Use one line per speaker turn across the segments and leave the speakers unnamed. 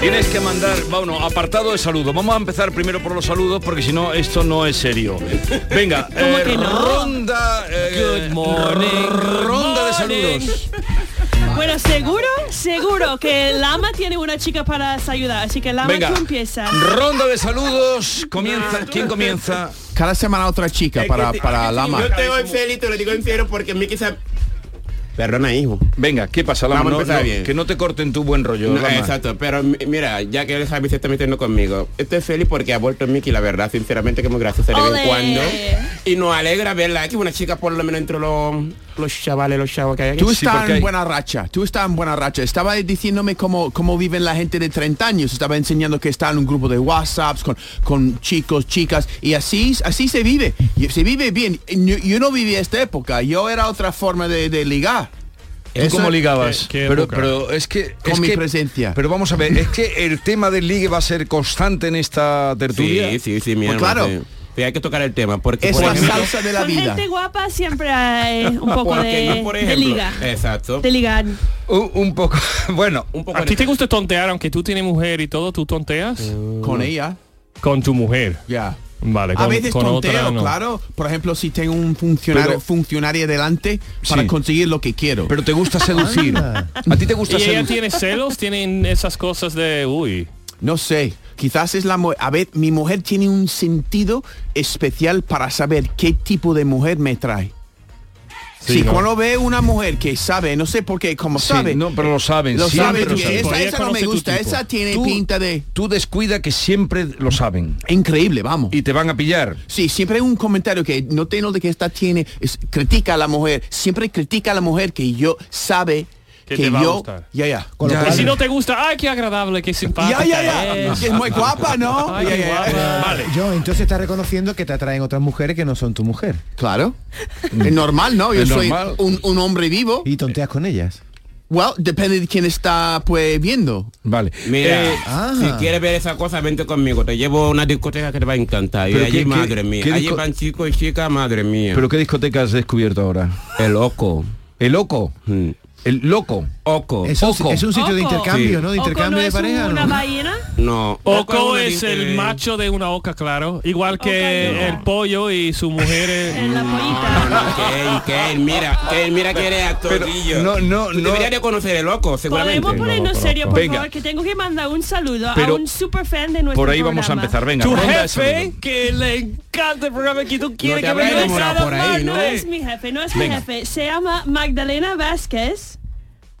Tienes que mandar, bueno, apartado de saludos. Vamos a empezar primero por los saludos porque si no esto no es serio. Venga, eh, ronda, eh, ronda de saludos.
Bueno, seguro, seguro que Lama tiene una chica para ayudar, así que Lama
Venga.
tú empieza.
Ronda de saludos. Comienza, ¿quién comienza?
Cada semana otra chica para, para Lama.
Yo te doy feliz, te lo digo en serio, porque Miki se...
Perdona, hijo. Venga, ¿qué pasa, Lama?
Vamos a
No,
empezar
no,
bien.
Que no te corten tu buen rollo.
No,
Lama.
exacto, pero mi- mira, ya que el Javi se está metiendo conmigo, estoy feliz porque ha vuelto Miki, la verdad, sinceramente que muy graciosa de vez
Ole.
en cuando. Y nos alegra verla, es que una chica por lo menos entre los, los chavales, los chavos que hay aquí.
Tú estás en buena racha, tú estás en buena racha. Estaba diciéndome cómo, cómo viven la gente de 30 años. Estaba enseñando que está en un grupo de WhatsApps con, con chicos, chicas. Y así, así se vive. Y se vive bien. Y Yo, yo no vivía esta época. Yo era otra forma de, de ligar.
¿Tú cómo ligabas? pero, pero es que
Con
es
mi
que-
presencia.
Pero vamos a ver, es que el tema del ligue va a ser constante en esta tertulia.
Sí, sí, sí, mi
Pues
hermano,
claro.
sí. Sí, hay que tocar el tema porque
Es
por
la
ejemplo-
salsa de
Con gente guapa siempre hay un poco
Porque
de,
yo, por
de
ejemplo,
liga.
eh,
Exacto.
De ligar.
Un, poco, bueno, un
¿A
este.
ti te gusta tontear, aunque tú tienes mujer y todo, tú tonteas?
Mm. Con ella.
Con tu mujer.
Ya.
Vale,
a
con-
veces
con otra
tonteo,
no.
claro. Por ejemplo, si tengo un funcionario,
Pero-
funcionario delante para
Sí.
conseguir lo que quiero.
Pero te gusta seducir. ¿A ti te
¿Y ella tiene celos? ¿Tienen esas cosas de, uy?
No sé, quizás es la mu- a ver, mi mujer tiene un sentido especial para saber qué tipo de mujer me trae.
Sí,
si
claro.
cuando ve una mujer que sabe, no sé por qué, como
Sí,
sabe,
No, pero lo saben.
Lo
siempre
saben,
lo
que
saben.
esa- esa no me gusta, esa tiene
Tú-
pinta de...
Tú descuida que siempre lo saben.
Increíble, vamos.
Y te van a pillar.
Sí, siempre hay un comentario que no tengo de que esta tiene, es- critica a la mujer, siempre critica a la mujer que yo sabe
Que
que,
te va a
yo...
gustar.
Ya, ya.
Y
Ya,
si no te gusta, ay, qué agradable, qué simpática.
Ah,
Ya, ya, ya.
es.
Es muy guapa, ¿no?
Ay,
Ya,
qué
ya, ya.
guapa. Vale.
Yo, entonces estás reconociendo que te atraen otras mujeres que no son tu mujer.
Claro. Es normal, ¿no? Yo
Es
soy
normal.
un, un hombre vivo.
Y tonteas con ellas.
Well, depende de quién está pues viendo.
Vale.
Mira,
Eh, ah.
si quieres ver esa cosa, vente conmigo. Te llevo a una discoteca que te va a encantar. Y
Pero
allí,
qué- qué-
madre mía.
qué
Allí
disco-
van chicos y chicas, madre mía.
¿Pero qué discoteca has descubierto ahora?
El Oco.
¿El Oco? El Loco.
Oco.
Es un, es un sitio de
Oco.
intercambio,
Sí.
¿no? De
Oco
intercambio
no
de
es
pareja.
una
¿no?
ballena?
No.
Oco es
una-
el
eh,
macho de una oca, claro. Igual que
Oca, no.
el pollo y su mujer eh. es...
Que él, que él, mira, que él, mira que eres actorillo.
no, no,
Tú
no.
Deberías de conocer el loco, seguramente.
Podemos ponernos serio, por
Venga.
favor, que tengo que mandar un saludo
Pero
a un super fan de nuestro
Por ahí vamos a
programa.
empezar. Venga,
tu
ronda de
jefe,
saludos.
que le encanta el programa, que tú quieres
te
que
habrás
venga
enamorado por ahí,
No es mi jefe, no es
Venga.
mi jefe. Se llama Magdalena Vázquez,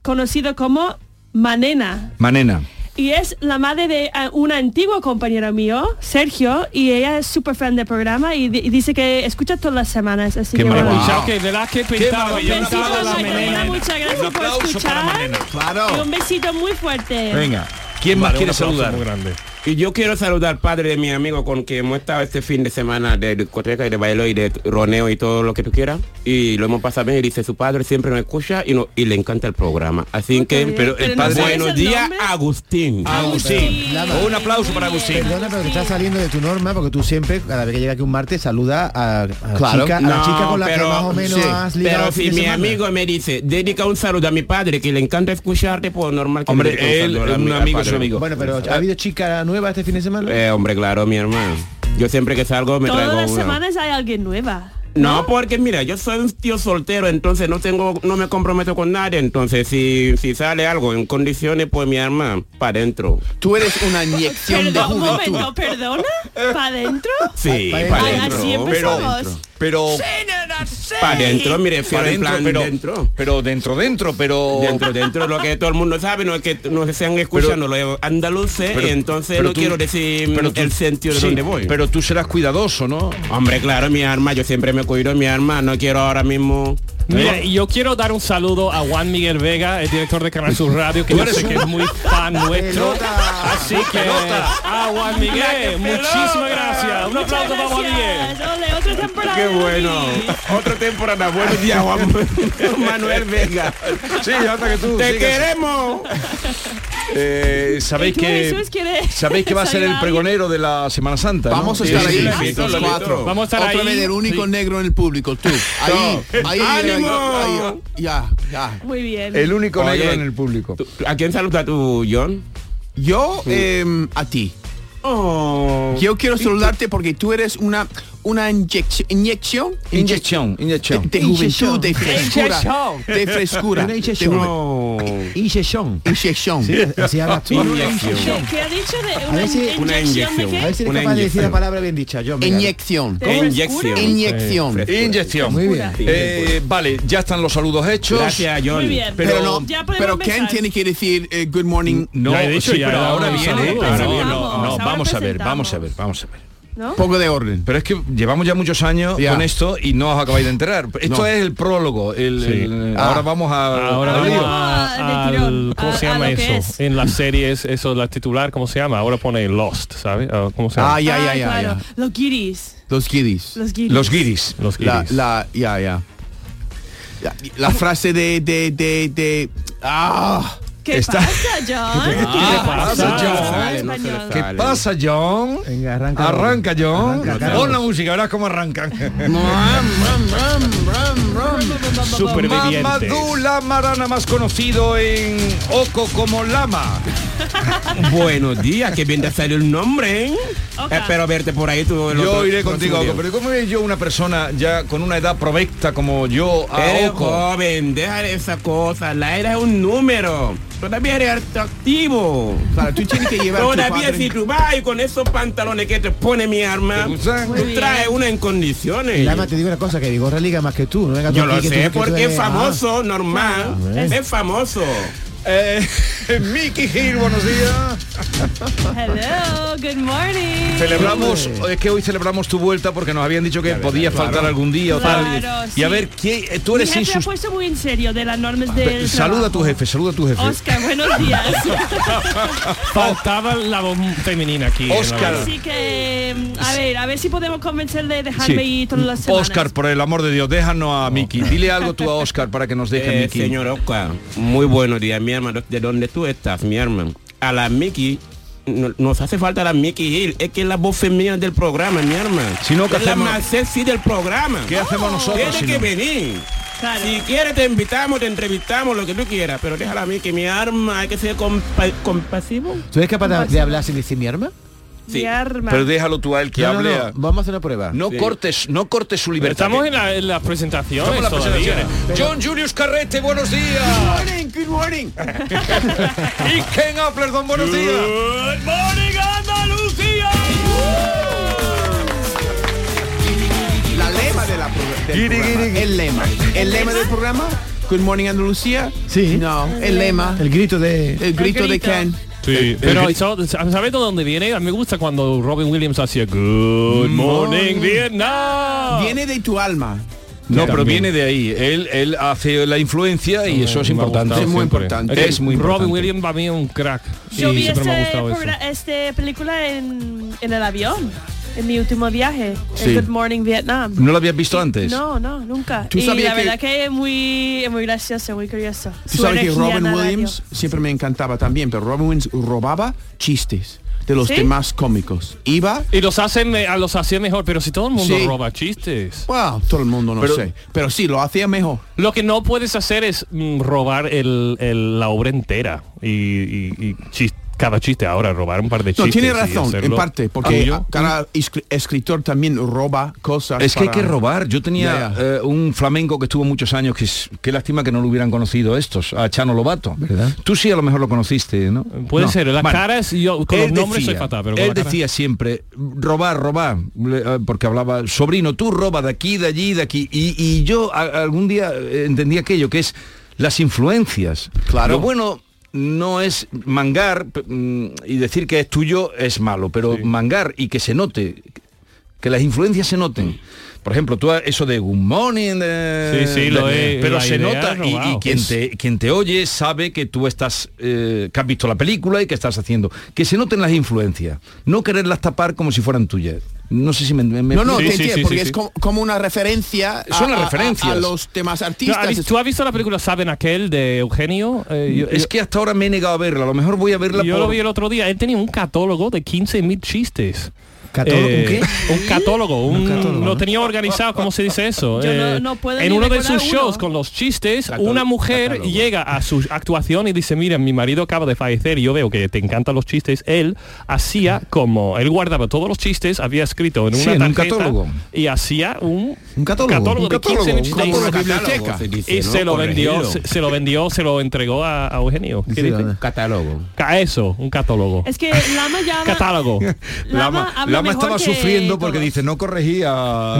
conocido como Manena.
Manena.
Y es la madre de eh, un antiguo compañero mío, Sergio, y ella es súper fan del programa y, di- y dice que escucha todas las semanas. Así
Qué
que bueno.
maravilla.
Chao, que verás que pintaba,
maravilloso.
pintaba la
Magdalena,
melena.
muchas gracias
Un
por
aplauso para
escuchar.
Manena.
Y
Claro.
un besito muy fuerte.
Venga. ¿Quién más
Vale,
quiere
un aplauso
saludar?
muy grande.
Y yo quiero saludar al padre de mi amigo con quien hemos estado este fin de semana de discoteca y de baile y de roneo y todo lo que tú quieras. Y lo hemos pasado bien y dice su padre siempre nos escucha y, no, y le encanta el programa. Así que,
bien. Pero el Pero no padre- sabes el
buenos días,
nombre.
Agustín.
Agustín.
Lama.
Un aplauso para Agustín.
Perdona, pero te estás saliendo de tu norma porque tú siempre, cada vez que llega aquí un martes, saluda a, a
Claro.
chica, a la
No,
chica con la
pero-
que más o menos
sí.
has ligado.
Pero
el fin
si
de
mi
semana.
amigo me dice, dedica un saludo a mi padre que le encanta escucharte, pues normal que le
Hombre,
dedique
él,
saludo a
un
mi- al
amigo es un
padre.
amigo.
Bueno, pero ¿ha habido chica nueva este fin de semana?
Eh, hombre, claro, mi hermano. Yo siempre que salgo me
Todas
traigo
las
una.
semanas hay alguien nueva.
No, porque mira, yo soy un tío soltero, entonces no tengo, no me comprometo con nadie, entonces si, si sale algo en condiciones, pues mi arma, para adentro.
Tú eres una inyección de
Perdón, un
juventud.
momento, perdona. ¿Para adentro?
Sí,
Ay,
para
Ay,
adentro.
así
Pero
empezamos.
Pero
Para adentro, mire, fiero
Para
en
dentro,
plan
pero,
dentro.
pero dentro, dentro, pero...
Dentro, dentro, lo que todo el mundo sabe, no es que no sean escuchando los andaluces,
pero-
entonces
pero
no
tú-
quiero decir
pero tú-
el sentido de
sí,
dónde voy.
Pero tú serás cuidadoso, ¿no?
Hombre, claro, mi arma, yo siempre me cuido mi arma, no quiero ahora mismo...
Mira, y yo quiero dar un saludo a Juan Miguel Vega, el director de Canal Sur Radio, que yo sé que es muy fan nuestro. Ah, Así que a Ah, Juan Miguel, muchísimas gracias. Un aplauso para Juan Miguel.
Ole, otra temporada.
Qué bueno. Otra temporada. Buenos días, Juan Manuel Vega.
Sí, hasta que tú
Te
sigas.
queremos.
Eh, sabéis
Y tú,
que
Jesús, ¿quieres
sabéis que va a ser el
saludar?
pregonero de la Semana Santa. ¿no?
Vamos a
Sí,
estar
sí,
ahí,
sí.
lo invito,
los
lo invito.
cuatro.
Vamos a estar
Otra
ahí,
vez el único
sí.
negro en el público, tú. Ahí, ahí,
¡Ánimo!
ahí, ya, ya.
Muy bien.
El único
Oye,
negro en el público.
¿Tú- ¿A quién saluda tú, John?
Yo em, a ti.
Oh.
Yo quiero saludarte porque tú eres una una inyec- inyección
Inyección,
de,
inyección.
de juventud, de frescura,
Inyección.
de frescura,
Una
de
inyección.
juventud.
Oh.
Y Session.
inyección.
Así hablas tú.
Inyección.
¿Qué, qué ha dicho de
A
una,
ver si-
inyección,
una
de
inyección.
A
qué?
ver si eres
Una
capaz de decir la
inyección.
palabra bien dicha, John. venga.
Inyección.
¿De
Inyección.
frescura?
Inyección.
Inyección.
Muy bien.
Eh, vale, ya están los saludos hechos.
Gracias, John.
Muy bien.
Pero,
Pero-
no,
Ya podemos
pero Ken
empezar.
tiene que decir eh, good morning.
No,
Ya he dicho,
sí,
ya
pero
he dado
ahora
los
viene.
saludos.
ahora viene.
Vamos,
No,
ahora
vamos a ver,
presentamos.
vamos a ver, vamos a ver.
¿No?
Poco de orden.
Pero es que llevamos ya muchos años
Ya.
con esto y no os acabáis de enterar. Esto
No.
es el prólogo. el- el-
Ah.
Ahora vamos a...
Ahora
al
vamos
lío.
a,
Ah, de tirón.
al- ¿cómo se
A- a
llama
lo que
eso?
es.
En las series, eso, la titular, ¿cómo se llama? Ahora pone Lost, ¿sabes? Ah, ¿Cómo se llama?
Ah, ya, ya,
Ah,
ya,
claro.
ya.
Los guiris.
Los kiddies.
Los guiris.
Los guiris.
Los
La,
Kiddies.
la, ya, ya. Ya, La frase de, de, de, de, ah,
¿Qué
Está-
pasa, John? ¿Qué
Ah, pasa, John?
Vale, no se le
Español.
¿Qué
Vale.
pasa, John?
Venga, arranca.
Arranca, John.
Arranca, Carlos.
Pon la música, verás cómo arrancan.
Supervivientes.
Mamadou Lamarana, más conocido en Oco como Lama.
Buenos días, que bien te salió el nombre. ¿eh?
Oca.
Espero verte por ahí tú. el
Yo
otro-
iré
próximo
contigo,
día.
Oco, pero ¿cómo es yo una persona ya con una edad provecta como yo Ah, a
Eres
Oco?
joven, deja de esa cosa. La era es un número. Todavía eres activo.
claro, tú tienes que llevar a tu
Todavía
padre-
si tú vas y con esos pantalones que te pone mi arma,
¿Te gustan?
tú traes una en condiciones.
Lama, te digo una cosa, que Vigorra liga más que tú. No venga tú
Yo
aquí
lo
que tú-
sé
que tú
porque es
eres- ah.
famoso, normal.
Claro.
Es famoso.
Eh, Mickey Hill, buenos días.
Hello, good morning.
Celebramos, es que hoy celebramos tu vuelta porque nos habían dicho que podías faltar algún día o tal.
Claro,
Y a
sí.
ver, ¿qué, Eh, tú
Mi
eres
jefe ha
insus-
puesto muy en serio de las normas
Pe-
del
Saluda a tu
trabajo.
jefe, saluda a tu jefe.
Oscar, buenos días.
Faltaba la voz femenina aquí. en la
Oscar.
verdad.
Así que, mm, a ver, a ver si podemos convencer de
Sí.
dejarme ir todas las semanas.
Oscar, por el amor de Dios, déjanos a Miki. Dile algo tú a Oscar para que nos deje
Eh,
Miki.
señor Oca, muy buenos días, mi hermano. ¿De dónde tú estás, mi hermano? A la Mickey. no- Nos hace falta la Mickey Hill, es que es la voz femenina del programa, mi hermano.
Si no, ¿qué
es la
hacemos?
más sexy del programa.
¿Qué hacemos nosotros?
Tienes
si
que
no?
venir.
Claro.
Si quieres te invitamos, te entrevistamos, lo que tú quieras, pero déjala a mí que mi arma hay que ser compa- compasivo.
¿Tú eres capaz de, de hablar sin decir mi arma?
Sí.
Mi arma.
Pero déjalo tú a él que
No, no,
hable.
no,
a-
Vamos a hacer una prueba.
No cortes, no cortes su libertad. ¿eh?
Estamos en, la- en las presentaciones
Estamos en las
todavía.
presentaciones. John Julius Carrete, buenos días.
Good morning.
y Ken Appleton, buenos días.
Good morning, Andalucía.
La lema de la pro- del
Guiri,
programa.
guiri, guiri.
El lema. El lema del programa. Good morning Andalucía.
Sí.
No, el lema.
El grito de...
El grito de
grito.
Ken.
Sí, pero eso- ¿sabes de dónde viene? A mí me gusta cuando Robin Williams hacía Good Morning Vietnam.
Viene de tu alma.
No, pero
También.
viene de ahí. Él, él hace la influencia y eso es
me ha
importante.
gustado
Es
siempre.
muy
Eh,
importante.
que
Es muy
Robin
importante.
Williams para mí es un crack.
Yo
y
vi
siempre me ha
este,
gustado eso.
progra- este película en, en el avión, en mi último viaje,
Sí.
en Good Morning Vietnam.
¿No lo habías visto antes?
No, no, nunca.
¿Tú
y
sabías
la
que-
verdad que es muy, es muy gracioso, muy curioso.
Tú
Su
sabes que
energía en
Robin
la radio.
Williams siempre me encantaba también, pero Robin Williams robaba chistes de los
¿Sí?
demás cómicos. Iba,
Y los hacen me- a los hacía mejor, pero si todo el mundo
Sí.
roba chistes.
wow, todo el mundo no
Pero-
sé, pero sí, lo hacía mejor.
Lo que no puedes hacer es mm, robar el, el- la obra entera y, y- y chis- cada chiste ahora, robar un par de
No,
chistes.
tiene
y
razón, en
hacerlo
parte,
Ah,
porque
tuyo.
cada escri- escritor también roba cosas.
¿Mm? Es que hay
para-
que robar. Yo tenía
Ya, ya.
eh, un flamenco que estuvo muchos años, que es, qué lástima que no lo hubieran conocido estos, a Chano Lobato.
¿Verdad?
Tú sí a lo mejor lo conociste, ¿no?
Puede
No.
ser, las
Vale.
caras, yo con los
Él
nombres
decía,
soy fatal, pero con
él
la cara-
decía siempre, robar, robar, le- eh, porque hablaba, sobrino, tú roba de aquí, de allí, de aquí. Y, y yo a- algún día eh, entendí aquello, que es las influencias.
Claro.
Lo bueno no es mangar p- mm, y decir que es tuyo es malo, pero mangar y que se note, que las influencias se noten. Por ejemplo, tú ha- eso de good morning, de-
Sí, sí, lo
de-
he-
pero
la
se
idea
nota
he
y- y,
robado.
quien,
Es-
te, quien te oye sabe que tú estás, eh, que has visto la película y que estás haciendo. Que se noten las influencias, no quererlas tapar como si fueran tuyas. No sé si me... me-
No, no,
Sí,
te
sí,
entiendo,
sí,
porque
sí,
es
sí.
como, como una referencia a,
Son las
a- a-
referencias.
a los temas
No, ¿ha
artistas.
vis- ¿Tú has visto la película Saben aquel de Eugenio? Eh, yo-
es que hasta ahora me he negado a verla, a lo mejor voy a verla
Yo
por-
lo vi el otro día, él tenía un catálogo de 15.000 chistes.
¿Catálogo? ¿Un
Eh,
qué?
un catálogo, un-
catálogo,
lo
¿no?
tenía organizado, ¿cómo se dice eso?
Yo no-
Eh,
no puedo
en
ni
uno de
recordar
sus shows
uno.
con los chistes, una mujer llega a su actuación y dice, mira, mi marido acaba de fallecer y yo veo que te encantan los chistes. Él hacía como, él guardaba todos los chistes, había escrito en
Sí,
una
en un
tarjeta
catálogo.
y hacía un,
Un catálogo, un
de 15.000
un catálogo,
chistes.
biblioteca.
se dice,
Y
¿no?
se lo vendió,
Corregido.
se, se lo vendió, se lo entregó a, a Eugenio. ¿Qué
Sí,
dice?
¿dónde?
Catálogo.
Ca- Eso, un catálogo.
Es que Lama llama...
Catálogo.
Lama, habla
Lama
mejor
estaba
que
sufriendo porque
todos.
dice, no corregía...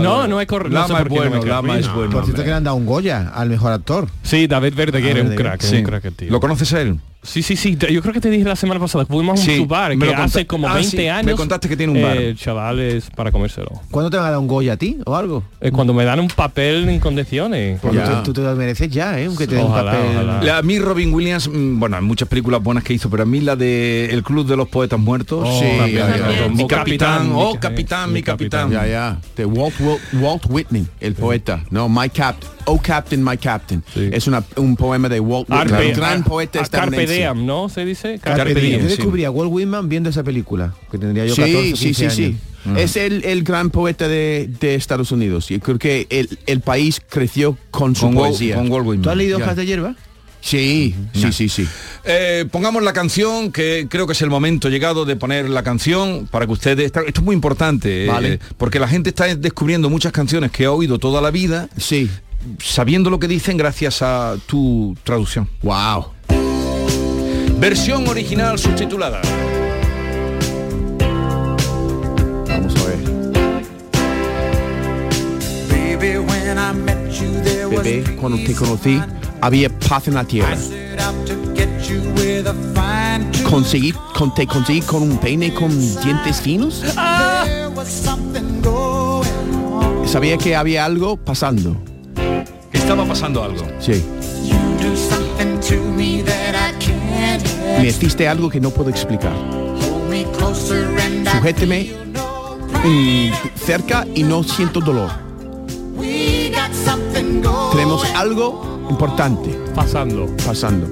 No, no he corre- no
Lama
sé por
es
qué no me
bueno, Lama
corregí.
es bueno.
Por cierto que
hombre.
le han dado un Goya al mejor actor.
Sí, David Verdeguer
Ah,
es un
Verdaguer.
crack, es
Sí.
un crack el tío.
¿Lo conoces a él?
Sí, sí, sí. te- Yo creo que te dije la semana pasada que fuimos a un
Sí,
su bar
me
que
lo conta-
hace como
Ah,
20
sí, me
años.
contaste que tiene un
eh,
bar.
chavales para comérselo.
¿Cuándo te van a dar un Goya a ti o algo?
Eh, cuando me dan un papel en condiciones.
Porque
Ya.
tú, tú te lo mereces ya, ¿eh? Aunque te den un
Ojalá,
papel.
ojalá.
La- a mí Robin Williams, mm, bueno, hay muchas películas buenas que hizo, pero a mí la de El Club de los Poetas Muertos,
Oh, también,
ya, ya.
también.
mi
O
capitán,
Capitán, mi ca-
oh
eh,
capitán,
mi
mi capitán.
Ya, ya. De Walt, Walt, Walt Whitney, el poeta. No, My Captain. Oh Captain, My Captain. Es una, un poema de Walt Whitney,
Arpe-
un gran
a-
poeta
a Carpe
estadounidense.
Diem, ¿no? ¿Se dice?
Carpe Diem,
Yo
sí.
descubrí a Walt Whitman viendo esa película, que tendría yo 14
Sí, sí,
15
sí,
años.
sí. Es el, el gran poeta de, de Estados Unidos. Yo creo que el, el país creció con su
Con, Wal-
poesía.
con Walt Whitman.
¿Tú has leído
Ya.
Hojas de Hierba?
Sí, sí, sí, sí.
Eh, pongamos la canción, que creo que es el momento llegado de poner la canción para que ustedes... Esto es muy importante, eh,
Vale.
porque la gente está descubriendo muchas canciones que ha oído toda la vida,
Sí.
sabiendo lo que dicen gracias a tu traducción.
Wow.
Versión original subtitulada.
Vamos a ver. Bebé, cuando te conocí, había paz en la tierra. Conseguí, con, te conseguí con un peine con dientes finos.
Ah.
Sabía que había algo pasando.
Estaba pasando algo.
Sí. Me hiciste algo que no puedo explicar. Sujéteme mm, cerca y no siento dolor. Tenemos algo importante
Pasando.
pasando.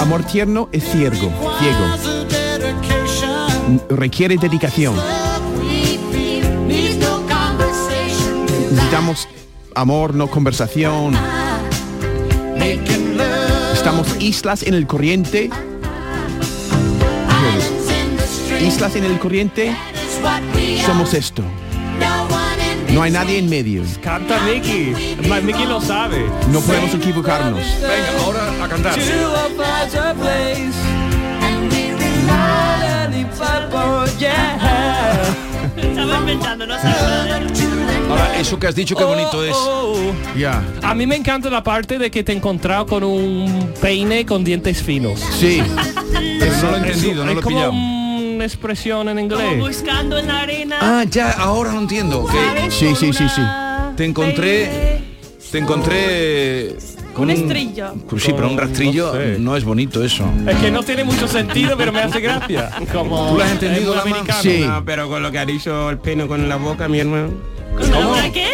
Amor tierno es ciego, ciego. N- Requiere dedicación. Necesitamos amor, no conversación. Estamos islas en el corriente. Islas en el corriente, somos esto. No hay nadie en medio.
Canta Mickey. Ma- Mickey lo sabe.
No podemos equivocarnos.
Venga, ahora a cantar.
Estaba inventando, no sabía.
Ahora, eso que has dicho, qué bonito es.
Ya.
Oh, A mí me encanta la parte de que te he encontrado con un peine con dientes finos.
Sí.
No lo he entendido, no
es
lo he
como
pillado.
una expresión en
Como
inglés.
buscando en la arena.
Ah, ya, ahora lo entiendo. que
¿sabes?
Sí,
Con
sí, sí, sí.
una-
te encontré. Te encontré. Pues
Un estrillo.
Sí, pero un rastrillo no,
No sé.
es bonito eso.
Es que no tiene mucho sentido, pero me hace gracia. Como
¿Tú lo has entendido,
es muy
Lama?
americano.
Sí.
No, pero con lo que ha dicho el pene con la boca, mi hermano.
¿Con la boca qué?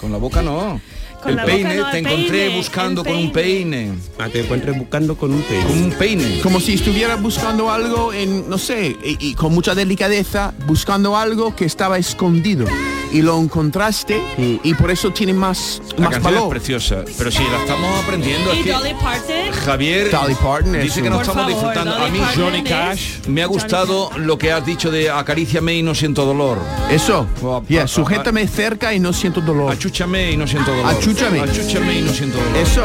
Con la boca no.
Con
el
la boca
peine,
no, el
te encontré
peine,
buscando
el
con un peine.
Ah, te encuentras buscando con un pene.
Con un peine.
Como si estuviera buscando algo en, no sé, y, y con mucha delicadeza, buscando algo que estaba escondido. y lo encontraste y por eso tiene más,
La
más
canción es
valor.
preciosa, pero si la estamos aprendiendo
Y
es que
Dolly Parton.
Javier
Dolly Parton es
dice que nos
un-
estamos
Por favor,
disfrutando. A
Dolly
mí
Parton
Johnny
es-
Cash.
me ha gustado lo que has dicho de acaríciame y no siento dolor.
Eso.
Guapa.
Yeah, sujétame cerca y no siento dolor.
Achúchame y no siento dolor.
Achúchame.
Achúchame y no siento dolor.
Eso.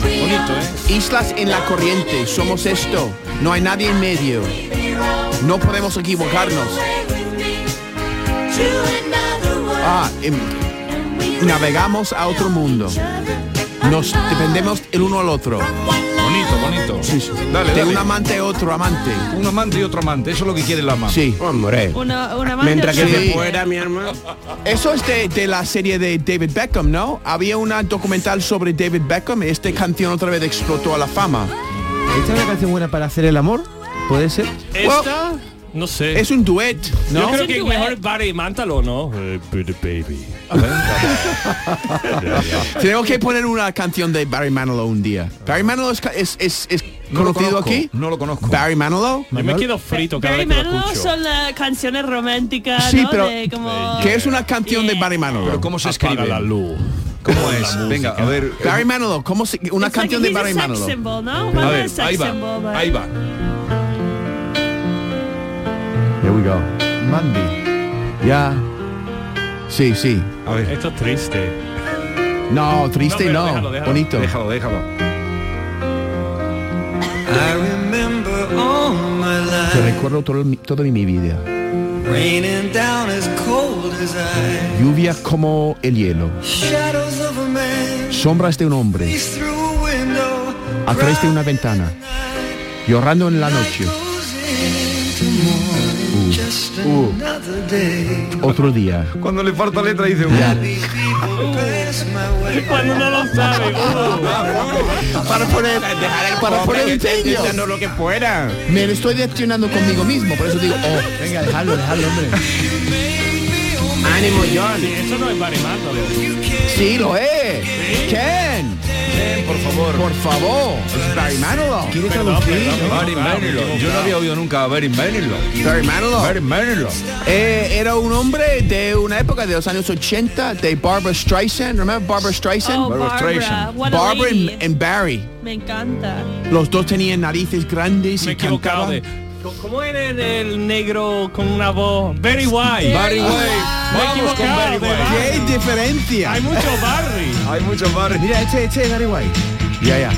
bonito, ¿eh?
Islas en la corriente, somos esto. No hay nadie en medio. No podemos equivocarnos. Ah, em, navegamos a otro mundo. Nos dependemos el uno al otro.
Bonito, bonito. Dale,
De
dale.
un amante a otro amante.
Un amante y otro amante, eso es lo que quiere la amante.
Sí.
Hombre.
Una, una más de
Mientras que
otra.
Sí.
se pueda, mi hermano.
Eso es de, de la serie de David Beckham, ¿no? Había una documental sobre David Beckham. Esta canción otra vez explotó a la fama.
¿Esta es una canción buena para hacer el amor? ¿Puede ser?
Esta, no sé.
Es un duet,
Yo
¿no?
creo
Es
que
un
mejor
duet.
Barry Mántalo, ¿no? Eh, but baby.
Tengo que poner una canción de Barry Manilow un día. Barry Manilow es, ca- es- es- es
No lo
conocido
conozco,
aquí.
No lo conozco.
Barry Manilow,
Yo me quedo frito cada
Barry
vez que lo
Manilow
escucho.
son las canciones románticas,
Sí,
¿no?
pero-
De como...
que es una canción de Barry Manilow.
Pero ¿cómo se
Apaga
escribe?
la luz.
¿Cómo es? Venga, a ver. eh,
Barry Manilow, ¿cómo se- una
It's
canción
like
de
he's a
Barry
sex
Manilow.
symbol, ¿no?
A
Manolo
ver,
es sex
ahí va.
symbol, ¿vale?
Ahí va.
Here we go. Mandy. Ya.
Sí, sí.
A ver.
Esto es triste.
No, triste
No, pero
no.
déjalo, déjalo.
Bonito.
Déjalo, déjalo.
Te recuerdo todo, mi- toda mi vida.
Raining down as cold as ice.
Lluvia como el hielo.
Shadows of a man.
Sombras de un hombre.
Peeks through a window.
A través de una ventana. Llorando en la noche.
Goes into morning. Just another day.
Uh, Otro día.
Cuando le falta letra dice,
These people pass my way.
Cuando no lo sabe.
Para poner, para poner un incendio.
Esta no lo que pueda.
Me estoy decepcionando conmigo mismo, por eso digo, oh,
Venga, dejadlo, dejadlo, hombre.
Ánimo, John.
Eso no es Barry Mántalo.
sí lo es. Ken,
por favor.
por favor, Barry Manilow.
¿Quieres traducir?
Barry Manilow. Yo no había oído nunca a Barry Manilow.
Barry Manilow.
Barry Manilow.
Eh, era un hombre de una época de los años 80 de Barbara Streisand. Remember Barbara Streisand?
Oh, Barbara,
Streisand.
what a
Barbara
lady.
y Barry.
Me encanta.
Los dos tenían narices grandes
Me he
y
equivocado
cantaban.
de. ¿Cómo era el, el negro con una voz? Very white.
Barry Way.
Ah, me he
Vamos con
equivocado
Barry
de
Way.
Barry.
¡Qué diferencia!
Hay mucho Barry.
Hay muchos Barry.
Mira, este, este es Gary White.
Ya, ya.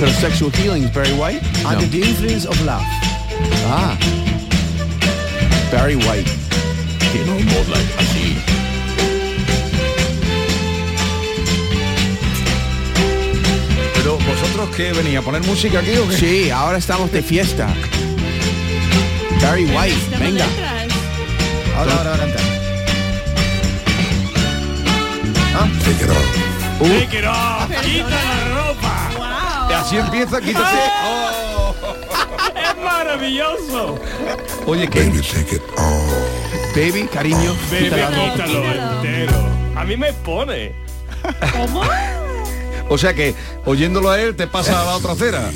Pero Sexual Healings, Barry White.
Under
No.
the influence of love.
Ah. Barry White.
Pero vosotros qué venía a poner música aquí o qué?
Sí, ahora estamos de fiesta. Barry White,
Las
venga.
letras.
Ahora, ahora, ahora. entra.
Ah, Uh.
Te quiero. Quita la ropa. Ah.
Así empieza, quítate.
Oh.
Es maravilloso.
Oh, Oye, ¿qué?
Baby, cariño.
Bebe,
ropa.
quítalo entero. A mí me pone.
¿Cómo?
O sea que oyéndolo a él te pasa a la otra acera.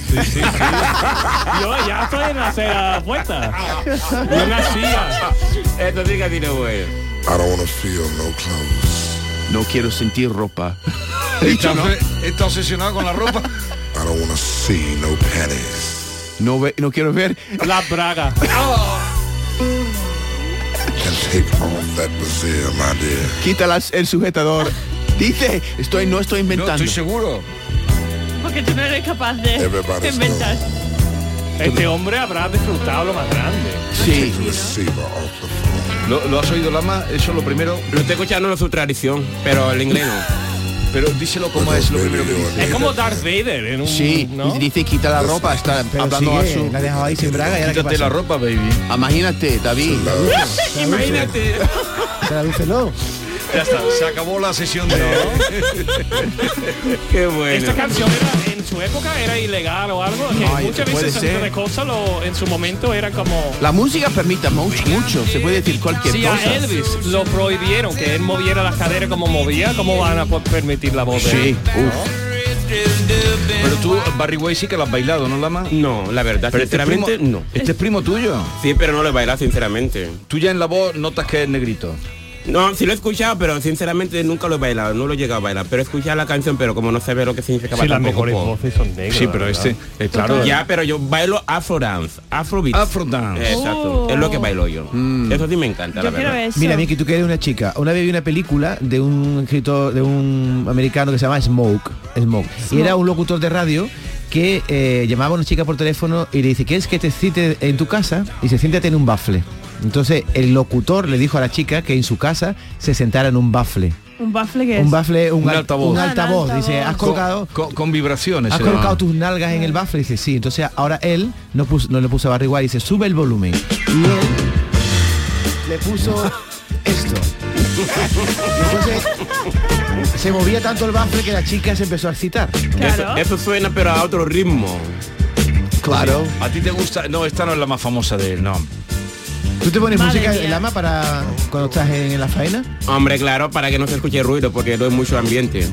Yo ya estoy en la acera puesta. Yo nacía.
Esto sí que tiene bueno.
No quiero sentir ropa.
Está, obse- está obsesionado con la ropa.
No, ve- no quiero ver.
La braga. Oh.
Quita las- el sujetador. Dice, estoy, no estoy
No,
inventando.
estoy seguro.
Porque tú no eres capaz de
Everybody's
inventar.
Este hombre habrá disfrutado lo más grande.
sí.
¿Lo, lo has oído, Lama? Eso es lo primero.
Lo estoy escuchando en su tradición, pero el inglés no.
Pero díselo como es lo primero que dice.
Es como Darth Vader en un.
Sí,
¿no?
y dice quita la ropa, está
Pero
hablando
sigue,
a
la ha dejado ahí sin braga y ahora qué
Quítate la
pasa.
ropa, baby.
su... Imagínate, David.
Imagínate.
Tradúcelo.
Ya está. Se acabó la sesión de
Qué bueno.
Esta canción era, en su época era ilegal o algo. que
Ay,
muchas
puede
veces ese tipo
ser.
de cosas lo- en su momento era como.
La música permite mucho, mucho. Se puede decir cualquier
Si a
cosa.
Elvis lo prohibieron que él moviera las caderas como movía, ¿cómo van a po- permitir la voz de
Sí,
él?
uf.
Pero tú, Barry Way sí que la has bailado, ¿no, Lama?
No, la verdad,
Pero este es primo-
sinceramente, no.
Este es primo tuyo.
Sí, pero no lo he bailado, sinceramente.
Tú ya en la voz notas que es negrito.
No, sí lo he escuchado, pero sinceramente nunca lo he bailado, no lo he llegado a bailar. Pero he escuchado la canción, pero como no sé lo que significaba
Sí, las
tampoco,
mejores
pues,
voces son negras.
Sí, pero
la
este,
verdad.
eh, claro.
Ya, pero yo bailo afro dance, afro beats.
Afro dance.
Exacto,
Oh.
es lo que bailo yo.
Mm.
Eso sí me encanta, la
Yo quiero
verdad.
eso.
Mira, Miki, tú que eres una chica. Una vez vi una película de un escritor, de un americano que se llama Smoke. Smoke. Y era un locutor de radio que eh, llamaba a una chica por teléfono y le dice, ¿quieres que te cite en tu casa? Y se siéntate en un bafle. Entonces el locutor le dijo a la chica que en su casa se sentara en un bafle.
Un baffle que es.
Un bafle, un,
Un
al-
altavoz.
un
Ah, un
altavoz. Dice,
altavoz.
Con-
has colocado...
Con, con vibraciones.
Has
se llama.
colocado tus nalgas en el bafle, dice sí. Entonces ahora él no, puso- no le puso a Barry White, dice sube el volumen. Y él le puso esto. Entonces se movía tanto el bafle que la chica se empezó a excitar.
Claro.
Eso suena, pero a otro ritmo.
Claro.
A ti te gusta. No, esta no es la más famosa de él, no.
¿Tú te pones
Madre
música
mía.
en Lama para cuando estás en, en la faena?
Hombre, claro, para que no se escuche ruido, porque no hay mucho ambiente.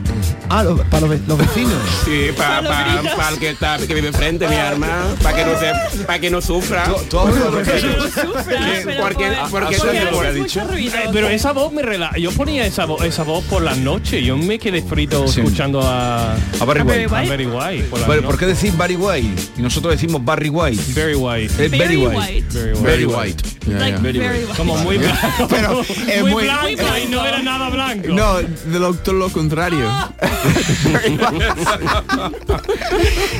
Ah, lo- para los, ve- los vecinos.
Sí, para
Para los grillos.
el que, está, que vive frente, mi arma, para que no se, para que no sufra.
Tú- tú hablas con ellos.
Sufra,
Ah,
Porque-
pero por-
porque
porque
eso
hace
es lo que ha
mucho
dicho.
ruido.
Eh, pero esa voz me relaja. Yo ponía esa voz, esa voz por la noche. Yo me quedé frito
Sí.
escuchando a, a
A Barry
A
White.
Barry White.
Very White. por la
Bueno,
noche.
¿por qué decís Barry White? Y nosotros decimos Barry White.
Very White.
Es Barry
Very
White.
white.
Very White.
Very White.
Yeah,
Like,
yeah.
very
Very
white.
Como muy blanco.
Pero, eh,
muy,
muy-
blanco y no era nada blanco.
No, de lo, todo lo contrario.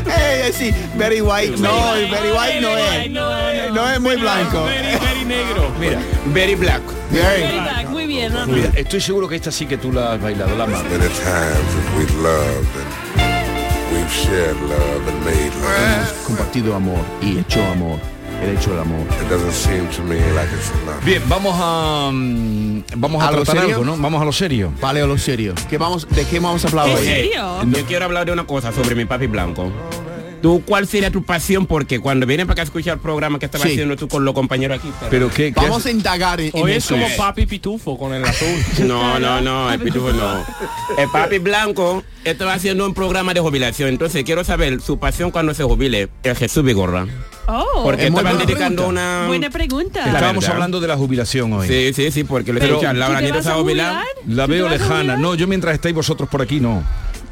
Ey, sí, Very White. No, y Very White no
Very white,
es.
no, no.
No es muy blanco.
Very, very negro.
Mira,
Very black.
Very.
Very black, Muy bien. ¿no?
mira, estoy seguro que esta sí que tú la has bailado, la más.
many times that we loved and we've shared love and made love.
Compartido amor y hecho amor. El hecho del amor.
It doesn't seem to me like it's enough.
Bien, vamos a mm, vamos a,
¿A lo
tratar
serio?
algo, ¿no? Vamos a lo serio.
Vale, o lo serio. ¿Qué vamos, ¿De qué vamos a hablar
¿En
hoy?
Eh,
serio?
yo quiero hablar de una cosa sobre mi papi blanco. ¿Tú cuál sería tu pasión? Porque cuando vienes para acá a escuchar el programa que estaba
Sí.
haciendo tú con los compañeros aquí. pero-
Pero qué, qué
Vamos
hace-
a indagar en, en
Hoy es
eso.
como papi pitufo con el azul.
No, no, no,
Ah,
el pitufo no. El papi blanco estaba haciendo un programa de jubilación. Entonces quiero saber su pasión cuando se jubile, el Jesús Vigorra.
Oh,
Porque
Es muy
estaban
buena
dedicando
pregunta.
una.
buena pregunta.
La
estábamos
verdad.
hablando de la jubilación hoy.
Sí, sí, sí, porque lo escuchan.
¿Tú
Laura
te
Nieto
vas
se va
a
a jubilar.
jubilar?
La
¿Tú te
veo
vas a
lejana.
jubilar?
No, yo mientras estáis vosotros por aquí no.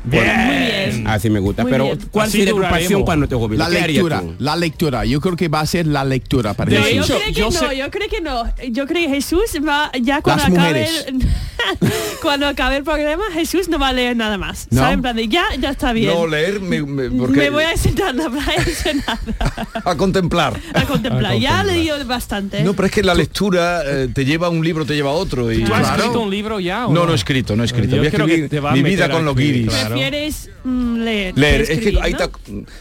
Muy bien.
Así Ah, me gusta.
Muy
Pero
bien.
¿cuál
Así
sería tu
duraremos.
pasión cuando te jubiles?
La
¿Qué harías
lectura,
tú?
la lectura. Yo creo que va a ser la lectura para
De
No,
Jesús.
yo
hecho,
creo que
yo
no,
sé-
yo creo que no. Yo creo que Jesús va, ya cuando
Las
acabe
mujeres.
el, cuando acabe el programa, Jesús no va a leer nada más.
¿No?
¿Saben? En plan de, ya, ya está bien.
No leer, me, me- porque-
me voy a sentar en la playa a nada.
a contemplar.
A contemplar. Ya le dio bastante.
Ah, No, pero es que la lectura eh, te lleva a un libro, te lleva a otro. Y,
¿Tú has
Claro.
escrito un libro ya? o
No, no he escrito, no he escrito.
Yo
Voy a
creo
escribir
que te va a
mi
meter
vida con
a
los
escribir,
guiris.
claro.
Prefieres mm, leer.
Leer, es que
escribir,
hay,
¿no?
ta-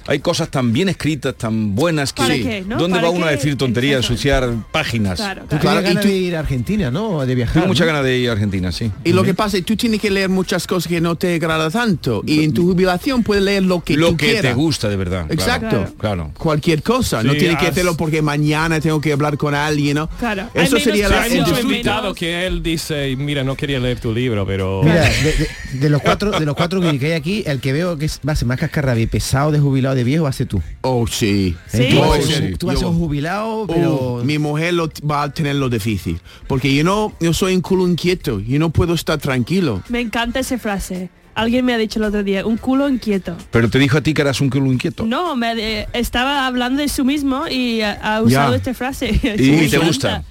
hay cosas tan bien escritas, tan buenas que...
¿Para qué, no?
¿Dónde
¿Para
va uno a
qué?
decir tonterías,
Exacto.
ensuciar páginas?
Claro,
Tú
claro.
claro,
Claro, y
ganas
tú-
de ir a Argentina, ¿no? De viajar.
Tengo
¿no?
muchas ganas de ir a Argentina, sí.
Y lo que pasa es que tú tienes que leer muchas cosas que no te agrada tanto. Y en tu jubilación puedes leer lo que
Lo
tú
que te
quieras.
gusta de verdad. claro.
Exacto.
Claro.
Cualquier cosa. no
Sí,
tienes que
has-
hacerlo porque mañana tengo que hablar con alguien, ¿no?
Claro. Hay
Eso
menos
sería
Sí,
la...
hay
presión,
el
muchos
Yo-
disfrute.
invitados que él dice, mira, no quería leer tu libro, pero...
Mira, de, de- de los cuatro de los cuatro guiris que hay aquí, el que veo que es- va a ser más cascarrabia y pesado de jubilado de viejo va a ser tú.
Oh, sí.
¿eh?
Sí.
Tú, vas a
Oh,
ser-
sí.
tú vas a ser
Yo-
un jubilado,
Oh,
pero...
mi mujer lo t- va a tener lo difícil. Porque yo no, yo soy un culo inquieto. Yo no puedo estar tranquilo.
Me encanta esa frase. Alguien me ha dicho el otro día, un culo inquieto.
Pero te dijo a ti que eras un culo inquieto.
No, me de- estaba hablando de su mismo y ha, ha usado
Ya.
esta frase.
y
Me
te
encanta.
gusta?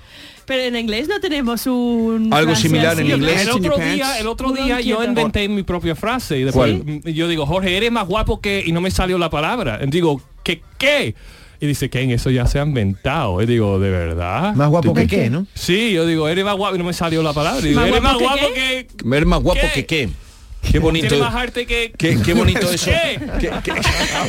Pero en inglés no tenemos un
Algo
frase
similar en
así.
El
inglés.
in your
otro
pants.
día, el otro
Culo
día yo
inquieto.
inventé mi propia frase y después mm, yo digo, Jorge, eres más guapo que... y no me salió la palabra. Y digo, ¿qué qué? Y dice, Ken, eso ya se ha inventado. Y digo, ¿de verdad?
Más guapo que qué, ¿no?
Sí, yo digo, eres más guapo y no me salió la palabra. Y digo,
¿Más
eres más
guapo que
guapo que...
qué?
Eres más guapo
¿Qué?
que qué. Qué bonito.
Tienes más arte que...
Qué, qué bonito eso.
¿Qué?
Qué- qué-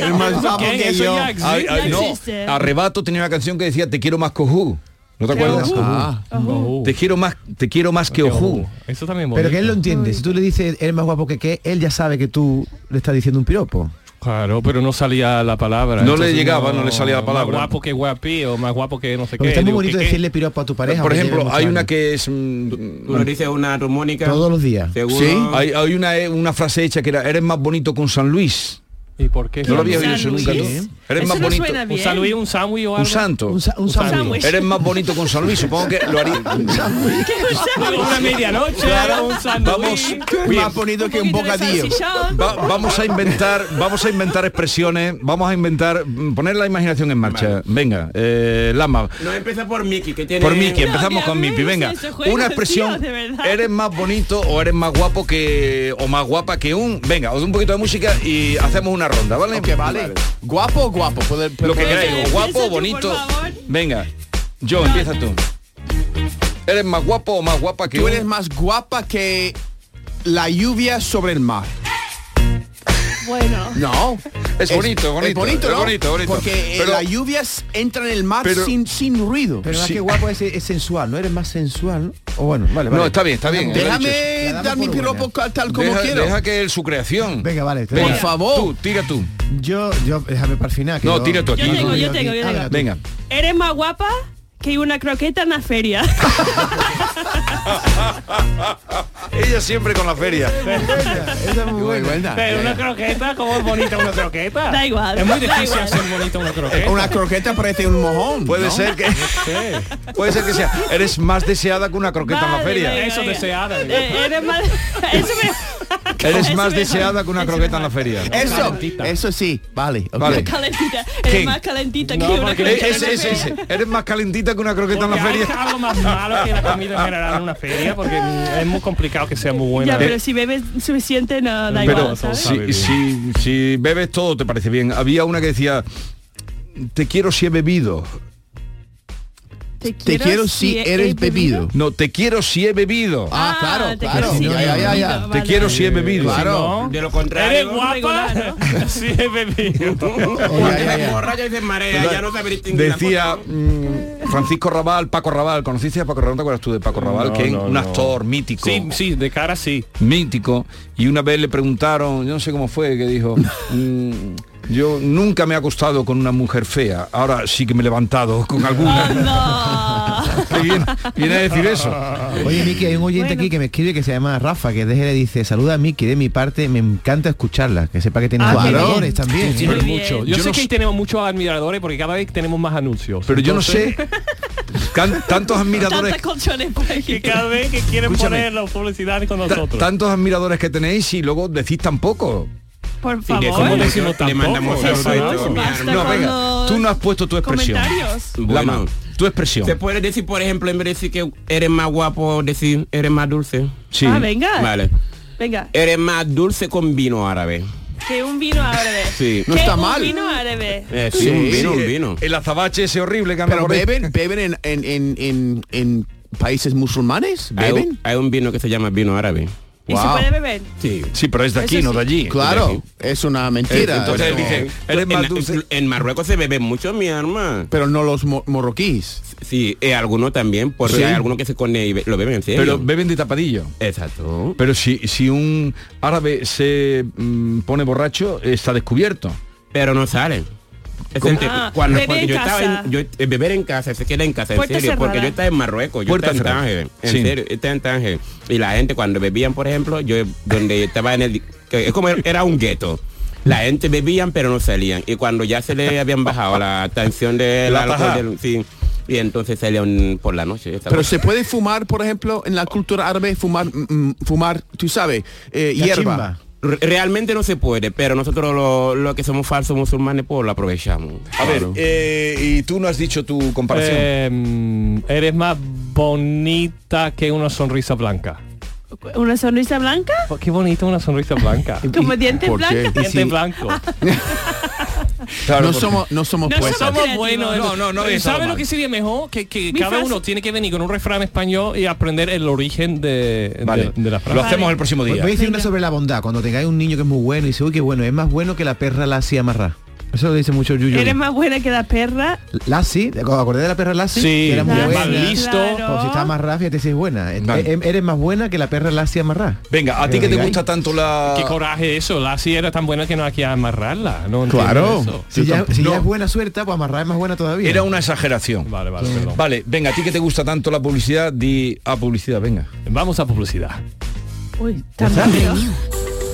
Es más guapo
Ken,
que
eso
yo. Ah,
ya existe.
Ay, ay,
Ya
no.
existe.
Arrebato tenía una canción que decía Te quiero más que Ojú. ¿No te acuerdas?
Ojú.
Ah,
Ojú.
Te quiero más, te quiero más que Ojú.
Eso también
Pero que él
bonito.
lo entiende. Si tú le dices, eres más guapo que qué, él ya sabe que tú le estás diciendo un piropo.
Claro, pero no salía la palabra.
No le llegaba, no le salía la palabra.
Más guapo que guapi o más guapo que no sé qué.
Porque está muy
Digo,
bonito
¿qué- qué?
decirle piropo a tu pareja.
Por
aunque
ejemplo,
lleve
hay
muchos
una
años.
que es... mm,
Tú le dices una armónica.
Todos los días.
Seguro.
Sí, hay, hay una, eh, una frase hecha que era, eres más bonito con San Luis.
¿Y por qué?
No lo había
San
oído eso
Luis?
nunca. ¿no?
Sí.
Eres
Eso
más
no
bonito.
suena
Un
bien.
sándwich, un sándwich o algo.
Un santo.
Un, sa- un sándwich.
sándwich.
Eres más bonito con San Luis, supongo que lo haría.
Una medianoche, un sándwich.
Más bonito que un
poquito de
bocadillo.
salchichón.
Va- vamos a inventar, vamos a inventar expresiones, vamos a inventar, mm, poner la imaginación en marcha. Venga, eh, Lama.
No empieza por Mickey, que tiene.
Por Miki, empezamos
Dios
con
mío,
Miki, venga.
si se juega,
Una
tío,
expresión,
de verdad.
eres más bonito o eres más guapo que o más guapa que un. Venga, os doy un poquito de música y hacemos una ronda, ¿vale?
Ok, vale. Guapo o guapo.
Lo
Puede-
que
puede-
queráis, o
Empieza
guapo,
tú,
o bonito.
por favor.
Venga. Yo, empieza tú. ¿Eres más guapo o más guapa que
Tú
un-
eres más guapa que la lluvia sobre el mar.
Bueno.
No.
Es bonito,
Es
bonito,
bonito,
es
¿no?
bonito, bonito.
Porque eh,
Pero-
las lluvias entran en el mar
Pero-
sin, sin ruido.
Pero más
Sí.
que guapo es, es sensual, ¿no? Eres más sensual. ¿no? O bueno, vale, vale.
No, está bien, está bien. lo he dicho.
Déjame
La damos
dar mi
por buena.
piropo ca- tal como
deja,
quiero.
deja que él su creación.
Venga, vale. te-
Por favor.
Tú, tira tú.
Yo, yo, déjame para el final. que
No, tira tú aquí.
Yo tengo, yo tengo, yo
Ah,
tengo.
venga, tú.
Venga.
Eres más guapa que una croqueta en la feria.
Ella siempre con la feria.
Esa es muy buena.
Pero una croqueta, ¿cómo es bonita una croqueta?
Da igual,
Es muy
da
difícil
igual.
hacer bonita una croqueta.
Una croqueta parece un mojón.
Puede
¿no?
ser que puede ser que sea. Eres más deseada que una croqueta en la
Vale,
feria.
venga,
Eso
venga.
deseada, digo.
Eh, Eres más... Eso me...
Eres
eso
más
me-
deseada que una croqueta en la feria.
Eso,
Calentita.
eso sí, vale. ok.
Vale.
Calentita.
¿Quién?
Eres más calentita que una
porque-
Eh,
croqueta. en
Ese,
la
ese,
feria.
ese. Eres más calentita que una croqueta en la
Porque hay
feria.
algo más malo que la comida en general en una feria porque mm, es muy complicado que sea muy buena.
Ya, pero si bebes suficiente, no, da
eh, Pero
igual, ¿sabes?
si, si, si bebes todo te parece bien. Había una que decía te quiero si he bebido.
Te quiero si
he- he
eres bebido.
No, te quiero si he bebido.
Ah, claro,
te
claro.
quiero si
No,
he
ya, ya, ya.
bebido,
Te
vale.
quiero si he bebido.
Claro.
De lo contrario.
¿Eres guapa? sí, he bebido.
Cuando te ves borracho dices marea, ya no sabes distinguir las
Decía
cosas,
mm, Francisco Raval, Paco Raval, ¿conociste a Paco Raval? ¿Te acuerdas tú de Paco Raval? que es
no,
un
no.
actor mítico.
Sí, sí, de cara sí.
mítico y una vez le preguntaron, yo no sé cómo fue, que dijo, "Mm, yo nunca me he acostado con una mujer fea, ahora sí que me he levantado con alguna.
¡Anda!
Que viene, viene a decir eso.
Oye, Miki, hay un oyente aquí que me escribe que se llama Rafa, que desde le dice, saluda a Miki, de mi parte, me encanta escucharla, que sepa que tiene
Ah, qué
valores
bien.
también.
Sí,
¿eh?
muy bien.
Yo,
Yo
sé
no
que
sé-
tenemos muchos admiradores porque cada vez tenemos más anuncios.
Pero yo no sé, can- tantos admiradores,
Tantas colchones por aquí.
que cada vez que quieren
Escúchame.
poner la publicidad con
ta-
nosotros.
tantos admiradores que tenéis y luego decís tampoco.
Por
de
favor.
¿Cómo
Bueno,
decimos
le mandamos
tampoco?
saludos a
Eso no,
todos.
eso no.
Basta
No,
con
venga,
los
tú no has puesto tu expresión.
Comentarios.
Lama,
Bueno.
tu expresión.
Se puede decir, por ejemplo, en vez de decir que eres más guapo, decir eres más dulce.
Sí.
Ah, venga.
Vale.
Venga.
Eres más dulce con vino árabe.
Que un vino árabe.
Sí.
No
Que
está
un
mal.
vino árabe.
Eh, sí,
Sí,
un vino,
sí,
un vino.
El azabache ese horrible que anda
Pero
por ahí.
beben, beben en, en, en, en, en países musulmanes,
Hay,
beben.
un- hay un vino que se llama vino árabe.
Ah, ¿Y se
Wow.
puede beber?
Sí.
Sí, pero es de aquí,
Eso
no de allí.
Claro, es una
Eh,
mentira.
Entonces
pero,
dije, eres
en,
más dulce.
en Marruecos se bebe mucho, mi arma.
pero no los mo- morroquíes.
Sí, eh, algunos también, porque
Sí.
hay algunos que se conen y be- lo beben en serio.
Pero beben de tapadillo.
Exacto.
Pero si, si un árabe se mm, pone borracho, está descubierto.
Pero no salen. Es el tema.
Ah,
cuando
beber
cuando
en
yo
casa.
estaba en, yo, eh, beber en casa, se queda en casa, en
Puerta
serio, porque
cerrada.
yo estaba en Marruecos, yo
Puerta
estaba en
cerrada.
Tánger, en
Sí.
serio, yo estaba en Tánger. Y la gente cuando bebían, por ejemplo, yo donde estaba en el que es como era un gueto. La gente bebían pero no salían. Y cuando ya se le habían bajado la tensión del
La
alcohol,
tajada.
del- sí, y entonces salían por la noche. esa
Pero
cosa.
se puede fumar, por ejemplo, en la cultura árabe, fumar, mm, fumar, tú sabes, eh,
La
hierba.
chimba.
Re- Realmente no se puede, pero nosotros los lo que somos falsos musulmanes pues lo aprovechamos.
A ver, eh, y tú no has dicho tu comparación.
Eh, mm, eres más bonita que una sonrisa blanca.
¿Una sonrisa blanca?
Oh, qué bonita una sonrisa blanca.
¿Como dientes
¿por qué?
blancas?
Y
Diente
si-
blanco.
Claro,
no
porque-
somos, no somos
No
puestas.
somos-
Somos
Creativo.
buenos.
No, no, no había estado
¿Sabes lo
mal.
que sería mejor? Que, que
Mi
cada
frase-
uno tiene que venir con un refrán español y aprender el origen de, de-
Vale,
de la frase.
lo hacemos el próximo
Voy
día.
voy a decir una sobre la bondad. Cuando tengáis un niño que es muy bueno y dice, uy, qué bueno, es más bueno que la perra la hacía amarrar. Eso lo dice mucho Yuyu.
Eres más buena que la perra.
Lassie, ¿te acordás de la perra Lassie?
Sí,
Que era muy
más
buena.
listo. Claro.
Pues si está más rápida, te dices buena. E- e- Eres más buena que la perra Lassie amarrá.
Venga, a ti que te gusta tanto la...
Qué coraje eso, Lassie era tan buena que no hay que amarrarla. No entiendo eso.
Si, ya, si ya es buena suerte, pues amarrar es más buena todavía.
Era una exageración. Vale, vale, perdón. Vale, venga, a ti que te gusta tanto la publicidad, di a publicidad, venga.
Vamos a publicidad.
Uy,
Renew.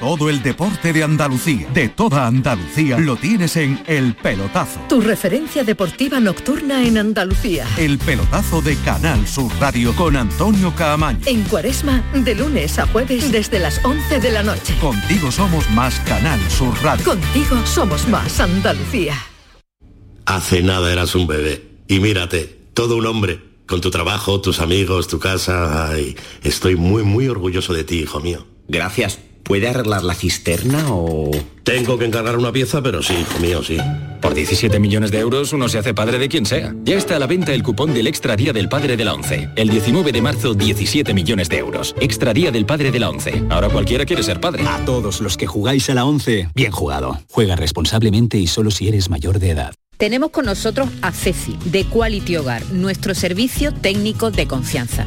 Todo el deporte de Andalucía, de toda Andalucía, lo tienes en El Pelotazo.
Tu referencia deportiva nocturna en Andalucía.
El Pelotazo de Canal Sur Radio con Antonio Caamaño.
En Cuaresma, de lunes a jueves desde las 11 de la noche.
Contigo somos más Canal Sur Radio.
Contigo somos más Andalucía.
Hace nada eras un bebé. Y mírate, todo un hombre. Con tu trabajo, tus amigos, tu casa. Ay, estoy muy, muy orgulloso de ti, hijo mío. Gracias. ¿Puede arreglar la cisterna o...? Tengo que encargar una pieza, pero sí, hijo mío, sí.
Por 17 millones de euros uno se hace padre de quien sea. Ya está a la venta el cupón del Extra Día del Padre de la ONCE. El 19 de marzo, 17 millones de euros. Extra Día del Padre de la ONCE. Ahora cualquiera quiere ser padre. A todos los que jugáis a la ONCE, bien jugado. Juega responsablemente y solo si eres mayor de edad.
Tenemos con nosotros a Ceci, de Quality Hogar, nuestro servicio técnico de confianza.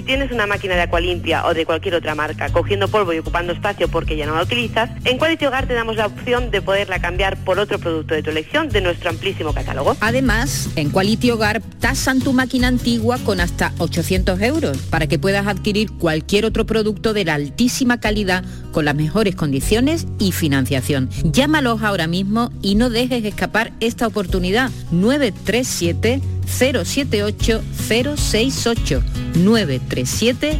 tienes una máquina de acualimpia o de cualquier otra marca cogiendo polvo y ocupando espacio porque ya no la utilizas, en Quality Hogar te damos la opción de poderla cambiar por otro producto de tu elección de nuestro amplísimo catálogo.
Además, en Quality Hogar tasan tu máquina antigua con hasta 800 euros para que puedas adquirir cualquier otro producto de la altísima calidad con las mejores condiciones y financiación. Llámalos ahora mismo y no dejes escapar esta oportunidad. 937 078 068 937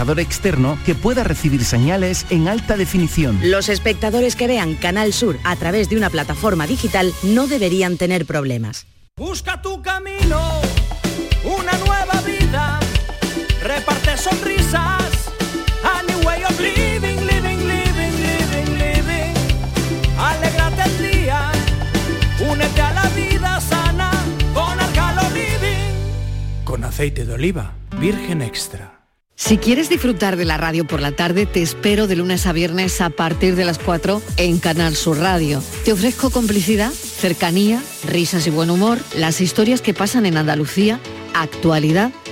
externo que pueda recibir señales en alta definición.
Los espectadores que vean Canal Sur a través de una plataforma digital no deberían tener problemas.
Busca tu camino, una nueva vida, reparte sonrisas, a new way of living, living, living, living, living. Alégrate el día, únete a la vida sana con Arcalo Living.
Con aceite de oliva, virgen extra.
Si quieres disfrutar de la radio por la tarde, te espero de lunes a viernes a partir de las 4 en Canal Sur Radio. Te ofrezco complicidad, cercanía, risas y buen humor, las historias que pasan en Andalucía, actualidad,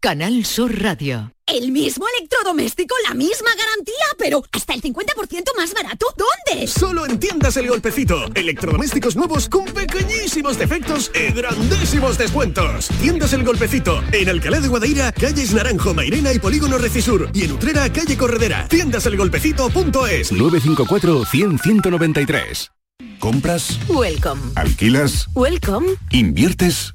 Canal Sur Radio.
El mismo electrodoméstico, la misma garantía, pero hasta el 50% más barato. ¿Dónde?
Solo en tiendas El Golpecito. Electrodomésticos nuevos con pequeñísimos defectos y grandísimos descuentos. Tiendas El Golpecito. En Alcalá de Guadaira, calles Naranjo, Mairena y Polígono Recisur. Y en Utrera, calle Corredera. Tiendaselgolpecito.es
954-100-193.
¿Compras?
Welcome.
¿Alquilas?
Welcome.
¿Inviertes?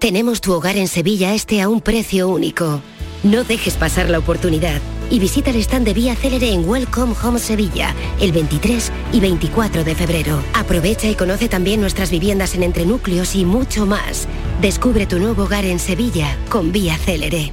Tenemos tu hogar en Sevilla este a un precio único. No dejes pasar la oportunidad y visita el stand de Vía Célere en Welcome Home Sevilla el 23 y 24 de febrero. Aprovecha y conoce también nuestras viviendas en entrenúcleos y mucho más. Descubre tu nuevo hogar en Sevilla con Vía Célere.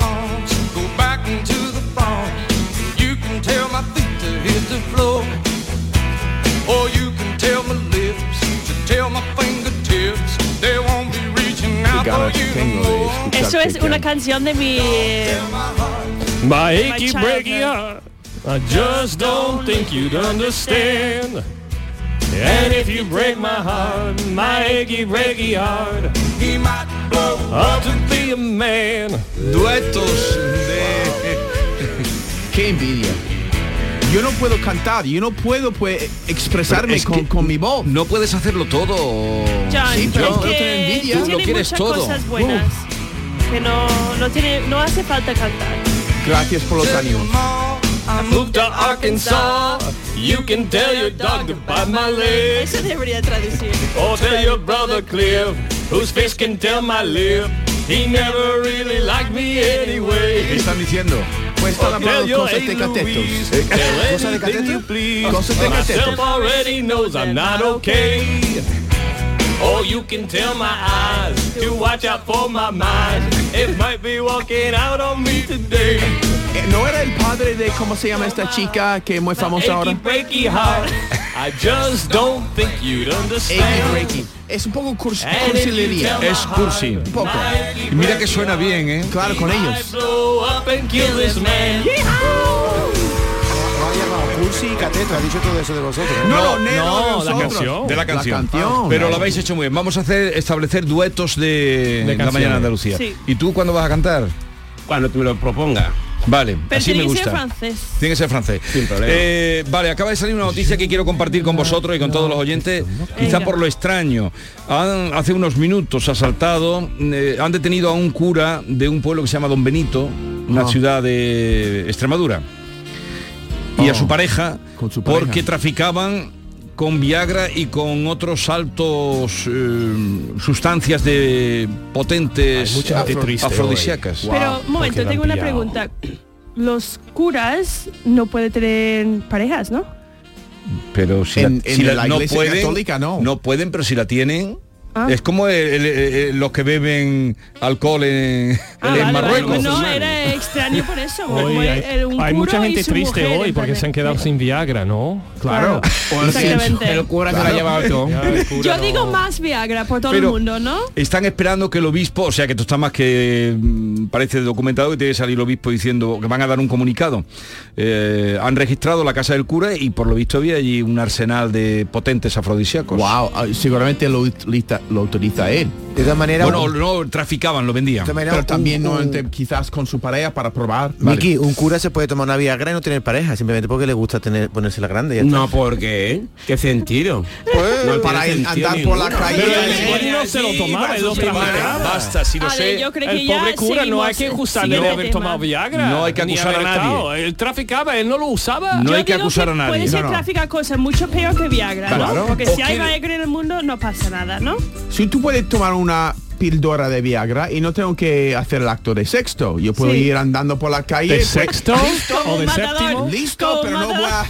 arms to go back into the barn. You can tell my feet to hit the floor. Or you can tell my lips to tell my fingertips they won't be reaching out for you no more.
Eso es una canción de mi... eh,
My
My
achy
childhood.
breaky heart, I just don't think you'd understand. And if you break my heart, my achy breaky heart, he might blow up to be a man.
Duetos de... Qué envidia. Yo no puedo cantar, yo no puedo pues, expresarme con, con mi voz.
No puedes hacerlo todo.
John,
Sí, pero
es
no
que
te envidia.
tú
Lo
tienes
quieres
muchas
todo.
cosas buenas. Que no, no, tiene, no hace falta cantar.
Gracias por los ánimos.
I moved to Arkansas. You can tell your dog to bite my leg.
Eso debería traducir.
Or Oh, tell your brother Cliff, whose face can tell my lip. He never really liked me anyway.
¿Qué están diciendo? Pues están
Or
hablando
tell your
cosas de
Aunt
catetos.
Louise,
Eh,
tell
¿Cosas de
anything you
catetos?
please.
Cosas de
Myself
catetos.
already knows I'm not okay. Or you can tell my eyes to watch out for my mind. It might be walking out on me today.
Eh, ¿No era el padre de cómo se llama esta chica que es muy famosa
Achy
ahora?
breaky heart. I just don't think you'd understand.
Es un poco curs
Eh,
And if you
cursilería.
tell my
Es cursi. Un poco.
mira
que suena bien, ¿eh? Claro, con ellos.
Blow up and kill this man.
Cursi y Cateto, ha dicho todo eso de vosotros.
No,
no,
la canción. De la canción.
Ah.
Ah,
canción.
Pero lo habéis hecho muy bien. Vamos a hacer establecer duetos de, la
canciones.
mañana de Andalucía.
Sí.
¿Y tú cuándo vas a cantar?
Cuando tú me lo proponga.
Vale,
Pero
así
tiene
me
que ser
gusta.
francés.
Tiene que ser francés. Eh, vale, acaba de salir una noticia que quiero compartir con vosotros y con todos los oyentes, quizá por lo extraño. Han- hace unos minutos asaltado, eh, han detenido a un cura de un pueblo que se llama Don Benito, una
Ah.
ciudad de Extremadura, y a su pareja, porque traficaban con Viagra y con otros altos eh, sustancias de potentes
mucha
afro-
triste hoy.
afrodisíacas.
Pero un momento, tengo una pregunta. Los curas no pueden tener parejas, ¿no?
Pero si,
En-
la,
en
si la-
la
no
iglesia
pueden,
católica,
no. pueden, pero si la tienen.
Ah.
Es como el- el- el- los que beben alcohol
Ah,
en, en
Ah, vale, vale,
Marruecos.
Pues No, era extraño por eso. como
Hoy hay,
era un
hay
cura
mucha
y
gente
su
triste
mujer,
hoy porque
entonces-
se han quedado sin Viagra, ¿no?
Claro. Exactamente.
El cura se la ha llevado todo.
Yo digo más Viagra por todo
Pero-
el mundo, ¿no?
Están esperando que el obispo, o sea que esto está más que mm, parece documentado que tiene que salir el obispo diciendo que van a dar un comunicado. Eh, han registrado la casa del cura y por lo visto había allí un arsenal de potentes afrodisíacos.
Wow, ah, seguramente lo, utiliza- lo autoriza él.
De todas maneras. Bueno, no traficaban, lo vendían.
Pero también no entre- quizás con su pareja para probar.
Miki, un cura se puede tomar una Viagra y no tener pareja, simplemente porque le gusta tener, ponerse la grande. Pues,
No, porque qué sentido.
No
para
tiene sentido
andar por la
ninguno.
calle.
Pero
Él no se lo tomaba, él lo trabajaba.
Basta, si lo
A ver,
sé.
yo creo que El ya pobre cura no hay seguimos que acusarle de siguiente haber tema. tomado Viagra,
No hay que
ni
acusar a
haber estado.
nadie.
Él traficaba, él no lo usaba.
No hay que acusar a nadie.
Puede ser
No, no.
tráfica cosa mucho peor que Viagra,
Claro.
¿no? Porque
O
si hay
quiere-
Viagra en el mundo no pasa nada, ¿no?
Si tú puedes tomar una píldora de Viagra y no tengo que hacer el acto de sexto, yo puedo
Sí.
ir andando por la calle.
¿De
pues,
sexto
listo,
o de séptimo?
Listo, pero no voy a...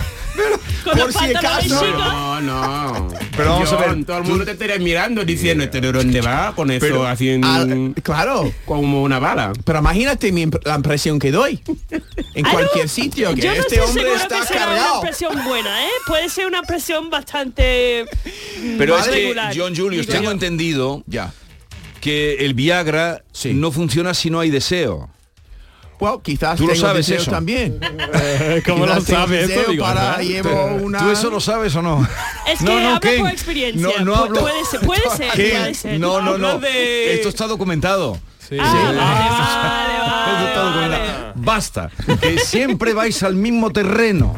Con
Por
los
si
pantalones
acaso.
chicos.
No, no.
Pero vamos a ver,
John, Todo el mundo te estaría mirando diciendo este de dónde va con eso
Pero-
haciendo.
Mm.
claro.
Como una bala.
Pero imagínate mi imp- la impresión que doy. En cualquier sitio, que
Ah, Yo no
este
estoy
hombre
segura
está
que será
cargado.
una presión buena, ¿eh? Puede ser una presión bastante mm,
Pero es
más
que,
regular.
John Julius,
Digo
tengo
yo.
entendido que el Viagra no funciona si no hay deseo.
Bueno, quizás
Tú lo
tengo
sabes
deseos
eso.
también. Eh,
¿Cómo
Quizás tengo deseo para llevo una...
¿Tú eso lo sabes o no?
Es que
no, no,
hablo
Ken.
por experiencia.
No, no
Pu-
hablo.
Puede ser, puede ser,
Ken,
puede ser.
No, no, no.
Hablo de-
Esto está documentado. Esto está
Ah.
documentado. Basta, que siempre vais al mismo terreno.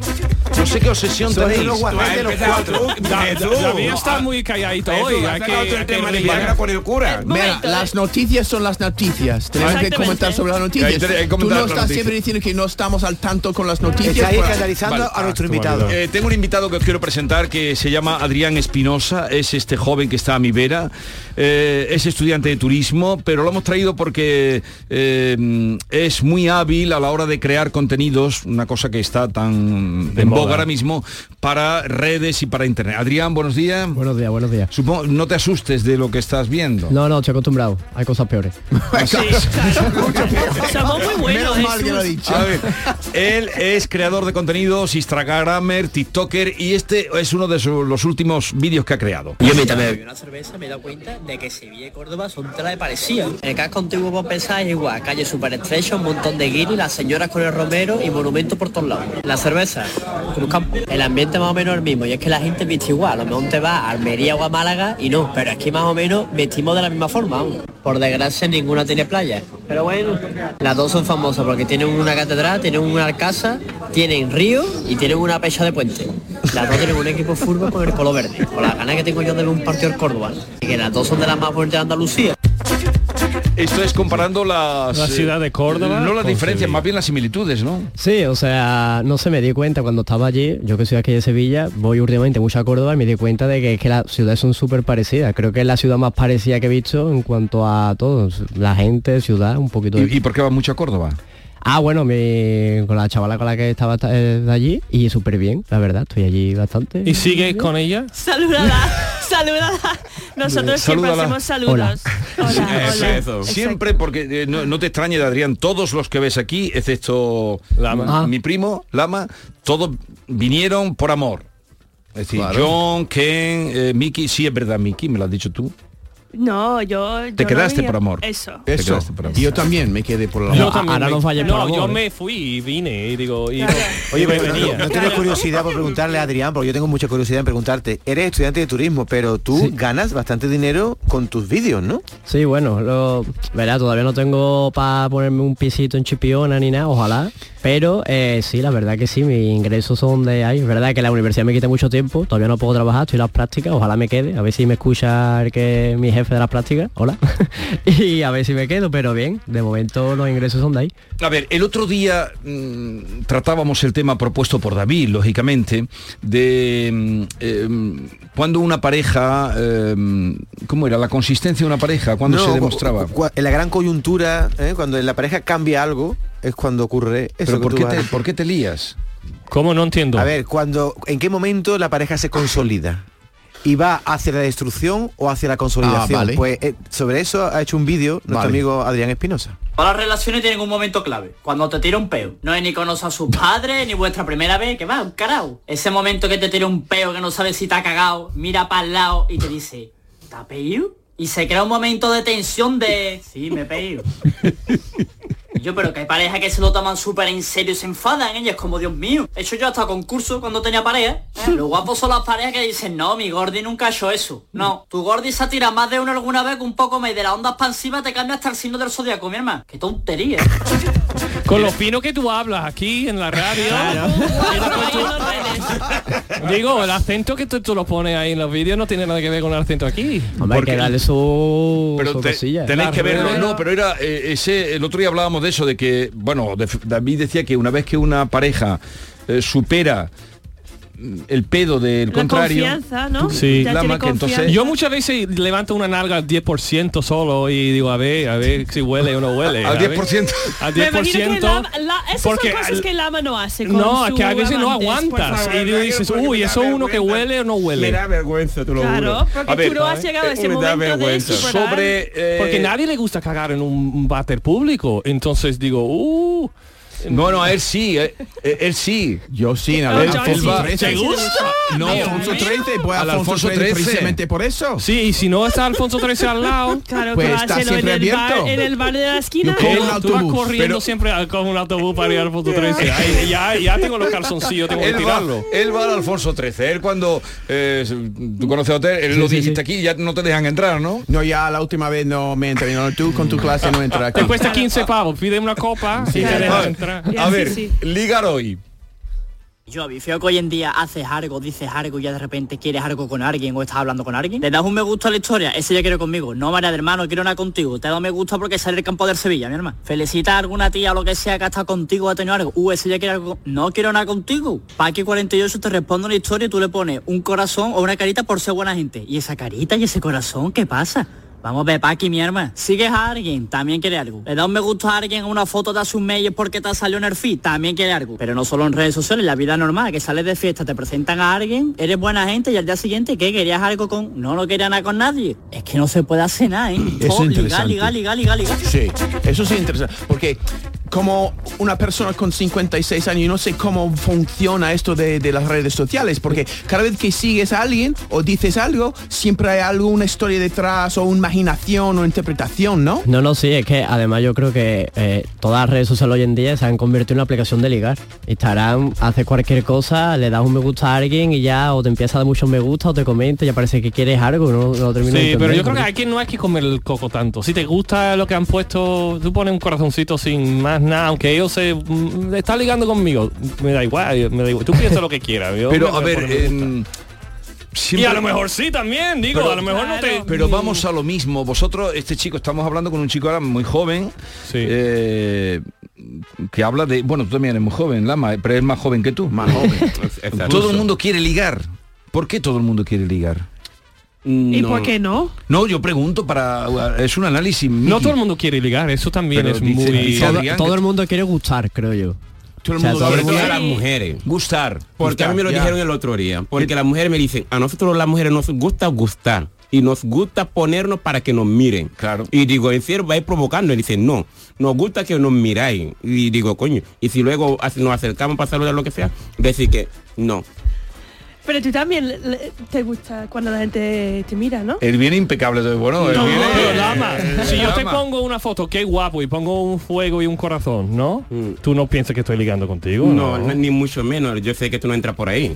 No sé qué obsesión
Sois
tenéis.
los guajes de los
Tú has empezado
cuatro.
tú.
Da-
Jesús.
da- David está muy calladito
Jesús,
hoy.
ha
hay que-
sacado todo el
hay que
tema de
aliviar.
Viagra con el cura.
Mira, las noticias son las noticias. Tenemos que
Exactamente.
comentar sobre las
Hay
noticias.
que- hay que
Tú
comentar
no
las
estás
noticias.
siempre diciendo que no estamos al tanto con las noticias. Pues-
Vale. Eh, tengo un invitado que os quiero presentar que se llama Adrián Espinosa, es este joven que está a mi vera, eh, es estudiante de turismo, pero lo hemos traído porque eh, es muy hábil a la hora de crear contenidos, una cosa que está tan en
moda.
boga ahora mismo, para redes y para internet. Adrián, buenos días.
Buenos días, buenos días.
Supongo, no te asustes de lo que estás viendo.
No, no, estoy acostumbrado. Hay cosas peores.
Somos muy buenos.
Menos mal que lo ha
Jesús.
dicho.
A ver, él es creador de contenidos, Instagramer, TikToker y este es uno de su- los últimos vídeos que ha creado.
Yo me tomé una cerveza me he dado cuenta de que Sevilla y Córdoba son tela de parecía. El casco antiguo por pensar es igual, calle súper estrecha, un montón de guiris, las señoras con el romero y monumentos por todos lados. La cerveza, Cruz Campo. El ambiente más o menos el mismo y es que la gente viste igual, a lo mejor te va a Almería o a Málaga y no, pero aquí más o menos vestimos de la misma forma. vamos. Por desgracia ninguna tiene playa, pero bueno, las dos son famosas porque tienen una catedral, tienen una alcaza, tienen río y tienen una pecha de puente. Las dos tienen un equipo de fútbol con el color verde. Con las ganas que tengo yo de ver un partido al Córdoba. Y que las dos son de las más bonitas de Andalucía.
Esto es comparando las...
La
eh,
ciudad de Córdoba
No las
con
diferencias,
Sevilla.
más bien las similitudes, ¿no?
Sí, o sea, no se me di cuenta cuando estaba allí, yo que soy aquí de Sevilla, voy últimamente mucho a Córdoba y me di cuenta de que, es que las ciudades son súper parecidas. Creo que es la ciudad más parecida que he visto en cuanto a todo, la gente, ciudad, un poquito de...
¿Y, y por qué vas mucho a Córdoba?
Ah, bueno, mi- con la chavala con la que estaba eh, de allí y súper bien, la verdad, estoy allí bastante.
¿Y sigues con ella?
Salúdala, salúdala. Nosotros siempre
Salúdala.
hacemos saludos. Hola,
Eso,
hola.
eso. Siempre, porque eh, no, no te extrañe de Adrián, todos los que ves aquí, excepto
Lama.
m- mi primo, Lama, todos vinieron por amor. Es decir, John, Ken, eh, Mickey, sí es verdad, Mickey, me lo has dicho tú.
No, yo... yo
Te
no
quedaste
venía-
por amor.
Eso.
Eso. Y yo también me quedé por la
Yo
A-
también
Ahora
me-
no falle por
no, yo
amor.
me fui y vine y digo, y,
Oye,
me
pero no-
venía.
no, tienes curiosidad por preguntarle a Adrián, porque yo tengo mucha curiosidad en preguntarte. Eres estudiante de turismo, pero tú ganas bastante dinero con tus vídeos, ¿no?
Sí, bueno, lo, verá, todavía no tengo para ponerme un pisito en Chipiona ni nada, ojalá. Pero eh, sí, la verdad que sí, mis ingresos son de ahí. Es verdad que la universidad me quita mucho tiempo, todavía no puedo trabajar, estoy en las prácticas, ojalá me quede. A ver si me escucha el que es mi jefe de las prácticas, hola. y a ver si me quedo, pero bien, de momento los ingresos son de ahí.
A ver, el otro día mm, tratábamos el tema propuesto por David, lógicamente, de mm, em, cuando una pareja, em, ¿cómo era? La consistencia de una pareja, cuando
No,
se
cu-
demostraba.
cu- cua- En la gran coyuntura, ¿eh? cuando en la pareja cambia algo, es cuando ocurre eso.
Pero ¿por qué te- por qué te lías?
¿Cómo no entiendo?
A ver, cuando, ¿en qué momento la pareja se consolida? ¿Y va hacia la destrucción o hacia la consolidación?
Ah,
vale. Pues eh, sobre eso ha hecho un vídeo nuestro Vale. amigo Adrián Espinosa.
Todas las relaciones tienen un momento clave, cuando te tira un peo. No es ni conocer a sus padres, ni vuestra primera vez, que va, un carao. Ese momento que te tira un peo, que no sabes si te ha cagado, mira para el lado y te dice, ¿te ha peo? Y se crea un momento de tensión de, sí, me he peo. Y Yo, pero que hay parejas que se lo toman súper en serio y se enfadan, ¿eh? Y es como, Dios mío. He hecho yo hasta concurso cuando tenía pareja. ¿eh? Lo guapo son las parejas que dicen, no, mi Gordi nunca ha hecho eso. No, tu Gordi se ha tirado más de uno alguna vez que un poco me de la onda expansiva te cambia hasta el signo del zodiaco, mi hermano. Qué tontería.
Con lo fino que tú hablas aquí en la radio. pues, Digo, el acento que tú, tú lo pones ahí en los vídeos no tiene nada que ver con el acento aquí.
Hombre, hay que darle su,
Pero
su
te-
cosilla.
Tenéis
Las
que verlo,
ruedas.
no, pero era eh, ese, el otro día hablábamos de eso, de que, bueno, de- David decía que una vez que una pareja eh, supera mm, el pedo del
La
contrario,
confianza, ¿no?
Sí. Ya Lama, tiene que entonces- confianza.
Yo muchas veces levanto una nalga al 10% solo y digo, a ver, a ver si huele o no huele.
Al
a ver.
10%.
Al
Me imagino
10%.
que Lama- la- esas
porque
son cosas
al-
que Lama no hace. con
No, es
su
que a veces no
amante, por
aguantas.
favor.
Y tú dices, uy, eso es uno que huele o no huele.
Me da vergüenza, te lo juro.
Claro, porque tú no
eh,
has llegado a ese
me da
momento de
vergüenza.
superar. Sobre, eh,
Porque nadie le gusta cagar en un váter público. Entonces digo, uh.
No, no, a él sí, eh, eh, él sí.
Yo
Eh,
sí,
No, yo sí. ¿Te gusta?
No,
Dios
Alfonso
mío.
XIII, pues
Al
Alfonso
Alfonso
XIII,
XIII.
precisamente por eso. pues
Sí, y si no está Alfonso XIII al lado,
Claro,
Pues
tú hacelo en el, bar, en el bar de la esquina.
Tú- tú vas corriendo siempre al- con un autobús para ir al Alfonso XIII. Ay, ya, ya tengo los calzoncillos, tengo que
Él va,
tirarlo.
él va al Alfonso XIII. Él cuando eh, tú conoces hotel, él lo dijiste aquí, ya no te dejan entrar, ¿no?
No, ya la última vez no me entré. no, tú con tu clase no entras aquí.
Te cuesta 15 pavos, pide una copa y te dejan entrar.
Ah, A ver, ligar hoy.
Yo, Bifeo, que hoy en día haces algo, dices algo y ya de repente quieres algo con alguien o estás hablando con alguien. Le das un me gusta a la historia, ese ya quiero conmigo. No, María de hermano, quiero una contigo. Te he dado me gusta porque sale el campo del Sevilla, mi hermano. Felicita a alguna tía o lo que sea que ha estado contigo, ha tenido algo. Uh, ese ya quiere algo. con- No quiero nada contigo. Paqui 48 te responde una historia y tú le pones un corazón o una carita por ser buena gente. Y esa carita y ese corazón, ¿qué pasa? Vamos a ver, Paqui, mi hermana. Sigues a alguien, también quiere algo. Le da un me gusta a alguien a una foto de sus medios porque te salió en el feed, también quiere algo. Pero no solo en redes sociales, la vida normal, que sales de fiesta, te presentan a alguien, eres buena gente y al día siguiente, ¿qué? ¿Querías algo con...? No, no quería nada con nadie. Es que no se puede hacer nada, ¿eh?
Eso es
Todo
interesante.
Ligar, ligar, ligar, ligar, ligar.
Sí, eso sí es interesante, porque como una persona con 56 años, yo no sé cómo funciona esto de, de las redes sociales, porque cada vez que sigues a alguien o dices algo, siempre hay algo, una historia detrás o una imaginación o interpretación, ¿no?
No, no, sí, es que además yo creo que eh, todas las redes sociales hoy en día se han convertido en una aplicación de ligar. Instagram hace cualquier cosa, le das un me gusta a alguien y ya o te empieza a dar muchos me gusta o te comenta y ya parece que quieres algo, no, no lo termino de
Sí, pero yo
entender.
creo que aquí no hay que comer el coco tanto. Si te gusta lo que han puesto, tú pones un corazoncito sin más nada, aunque ellos se mm, está ligando conmigo. Me da igual, eh, me da igual. Tú piensas lo que quieras. yo
Pero
me
a
voy
ver,
poner me gusta.
em,
y
siempre-
a lo mejor sí también, digo,
Pero-
a lo mejor no te.
Pero vamos a lo mismo. Vosotros, este chico, estamos hablando con un chico ahora muy joven. eh, que habla de. Bueno, tú también eres muy joven, Lama, pero es más joven que tú. Más joven. todo el mundo quiere ligar. ¿Por qué todo el mundo quiere ligar?
¿Y por qué no?
Mm, No, yo pregunto para. eh, Es un análisis.
No todo el mundo quiere ligar, eso también
Pero
es
dice-
muy.
dice
Todo,
Adrián
todo el mundo quiere gustar, creo yo. O sea, todo el mundo-
a las mujeres.
Gustar.
Porque a mí me lo
ya.
dijeron el otro día. Porque las mujeres me dicen, a nosotros las mujeres nos gusta gustar. Y nos gusta ponernos para que nos miren.
Claro.
Y digo, en serio, vais provocando. Y dicen, no, nos gusta que nos miráis. Y digo, coño. Y si luego as- nos acercamos para saludar lo que sea, decir que no.
Pero tú también le- le- te gusta cuando la gente te mira, ¿no?
Él viene impecable. entonces, Bueno, él
No,
viene-
pero Lama,
eh,
si yo te
Lama.
pongo una foto, qué guapo, y pongo un fuego y un corazón, ¿no? Tú no piensas que estoy ligando contigo.
Mm. No, no, ni mucho menos. Yo sé que tú no entras por ahí.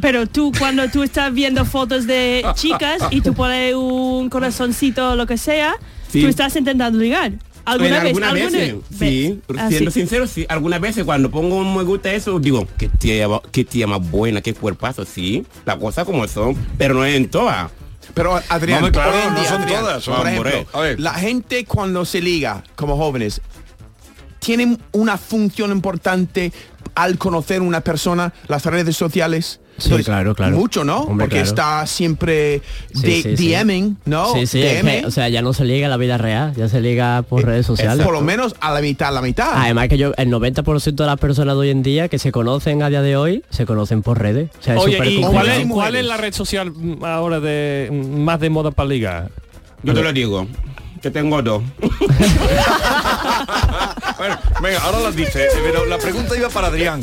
Pero tú cuando tú estás viendo fotos de chicas y tú pones un corazoncito o lo que sea,
Sí.
tú estás intentando ligar. ¿Alguna
En
vez?
algunas
alguna
veces,
vez.
Sí,
Ah,
siendo
sí.
sincero, sí. Algunas veces cuando pongo un me gusta a eso, digo, qué tía, va- qué tía más buena, qué cuerpazo, sí. La cosa como son, pero no es en todas.
Pero Adrián,
no,
hoy en
no
día,
son
Adrián,
todas.
por ejemplo, la gente cuando se liga como jóvenes tienen una función importante al conocer una persona, las redes sociales.
Sí, claro, claro.
Mucho, ¿no?
Hombre,
Porque
claro.
está siempre
Sí,
de-
sí, sí.
DMing, ¿no?
Sí, sí, es que,
DMing.
o sea, ya no se liga a la vida real, ya se liga por redes sociales.
Eh, Por lo menos a la mitad, a la mitad.
Además que yo, el 90% de las personas de hoy en día que se conocen a día de hoy, se conocen por redes. O sea, es
Oye,
súper
¿y
complicado.
cuál es, cuál es la red social mm, ahora de mm, más de moda para ligar?
Yo te lo digo. Yo tengo dos.
Bueno, venga, ahora las dice. eh, Pero la pregunta iba para Adrián.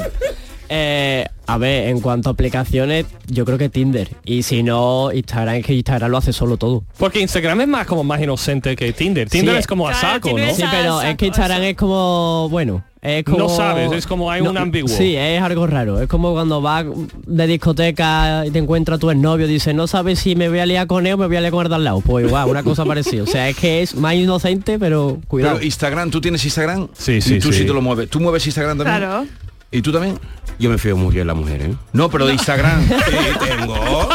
Eh, a ver, en cuanto a aplicaciones, yo creo que Tinder. Y si no, Instagram, es que Instagram lo hace solo todo.
Porque Instagram es más como más inocente que Tinder. Tinder
Sí,
es como a
claro,
saco, ¿no?
Sí, pero es que Instagram es como, bueno, es como...
No sabes, es como hay un ambiguo.
Sí, es algo raro. Es como cuando vas de discoteca y te encuentras tu exnovio, dices, no sabes si me voy a liar con él o me voy a liar con el de al lado. Pues igual, una cosa parecida. O sea, es que es más inocente, pero cuidado.
Pero Instagram, ¿tú tienes Instagram?
Sí,
Y
sí,
tú
sí.
sí te lo mueves. ¿Tú mueves Instagram también?
Claro.
¿Y tú también?
Yo me fío mucho de la mujer, ¿eh?
No, pero de Instagram.
tengo.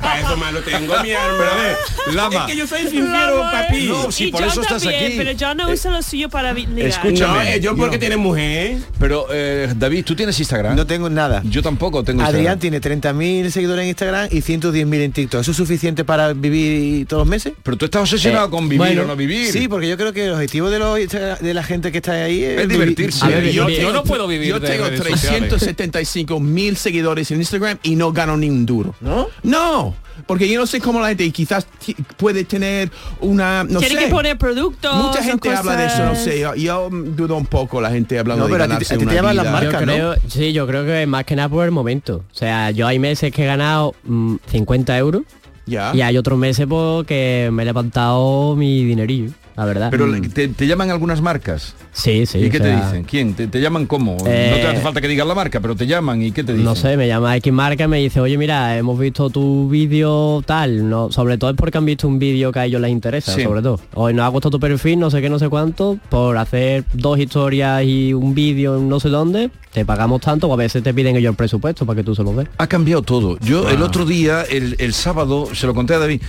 Para eso más lo tengo, mi hermano.
Pero a ver, Lama.
Es que yo soy sincero,
Lama, ¿eh?
papi.
No, sí,
Y
por
yo
eso estás
también,
aquí.
Pero yo no uso lo suyo para vi- ligar.
Escúchame.
No, eh, yo porque tiene mujer.
Pero, eh, David, ¿tú tienes Instagram?
No tengo nada.
Yo tampoco Oh, tengo
Adrián
Instagram.
tiene 30.000 seguidores en Instagram y 110.000 en TikTok. ¿Eso es suficiente para vivir todos los meses?
Pero tú estás
Eh,
obsesionado con vivir o no vivir.
Eh, Sí, porque yo creo que el objetivo de, los, Instagram- de la gente que está ahí es,
Es
vivi-
divertirse.
A ver,
Yo-
vivir.
yo no puedo vivir
Yo
de
tengo
redes sociales.
375 mil seguidores en Instagram y no gano ni un duro. ¿No? No. Porque yo no sé cómo la gente quizás ti- puede tener una... No
Tiene
sé.
que poner productos.
Mucha
o
gente habla de eso, no sé. Yo, yo, mm, dudo un poco la gente hablando de ganarse una vida.
yo creo, Sí, yo creo que más que nada por el momento. O sea, yo hay meses que he ganado mm, 50 euros
Ya.
Ah.
y hay otros meses porque me he levantado mi dinerillo, la verdad.
Pero
Mm.
te, te llaman algunas marcas.
Sí, sí.
¿Y qué
o sea,
te dicen? ¿Quién? ¿Te, te llaman cómo? no te
Eh,
hace falta que digas la marca, pero te llaman y qué te dicen.
No sé, me llama X marca y me dice, oye, mira, hemos visto tu vídeo tal, no, sobre todo es porque han visto un vídeo que a ellos les interesa,
Sí.
sobre todo. Hoy nos ha gustado tu perfil, no sé qué, no sé cuánto, por hacer dos historias y un vídeo en no sé dónde, te pagamos tanto o a veces te piden ellos el presupuesto para que tú se lo des. Ah.
Ha cambiado todo. Yo
Ah.
el otro día, el, el sábado, se lo conté a David,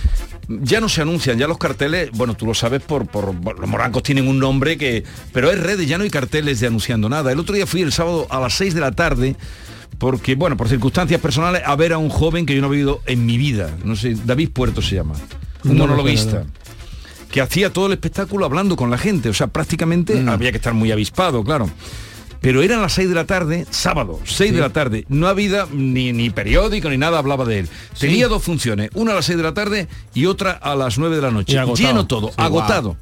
ya no se anuncian, ya los carteles, bueno, tú lo sabes por, por, por- los morancos tienen un nombre que. Pero es redes, ya no hay carteles de anunciando nada. El otro día fui el sábado a las 6 de la tarde. Porque, bueno, por circunstancias personales, a ver a un joven que yo no he vivido en mi vida. No sé, David Puerto se llama.
No
Un
me
monologuista
acuerdo.
que hacía todo el espectáculo hablando con la gente. O sea, prácticamente
Mm.
había que estar muy avispado, claro. Pero eran las 6 de la tarde, sábado, 6 de la tarde. No había ni, ni periódico ni nada hablaba de él. Tenía dos funciones, una a las 6 de la tarde y otra a las 9 de la noche.
Y agotado.
Lleno todo,
Sí,
agotado.
guau.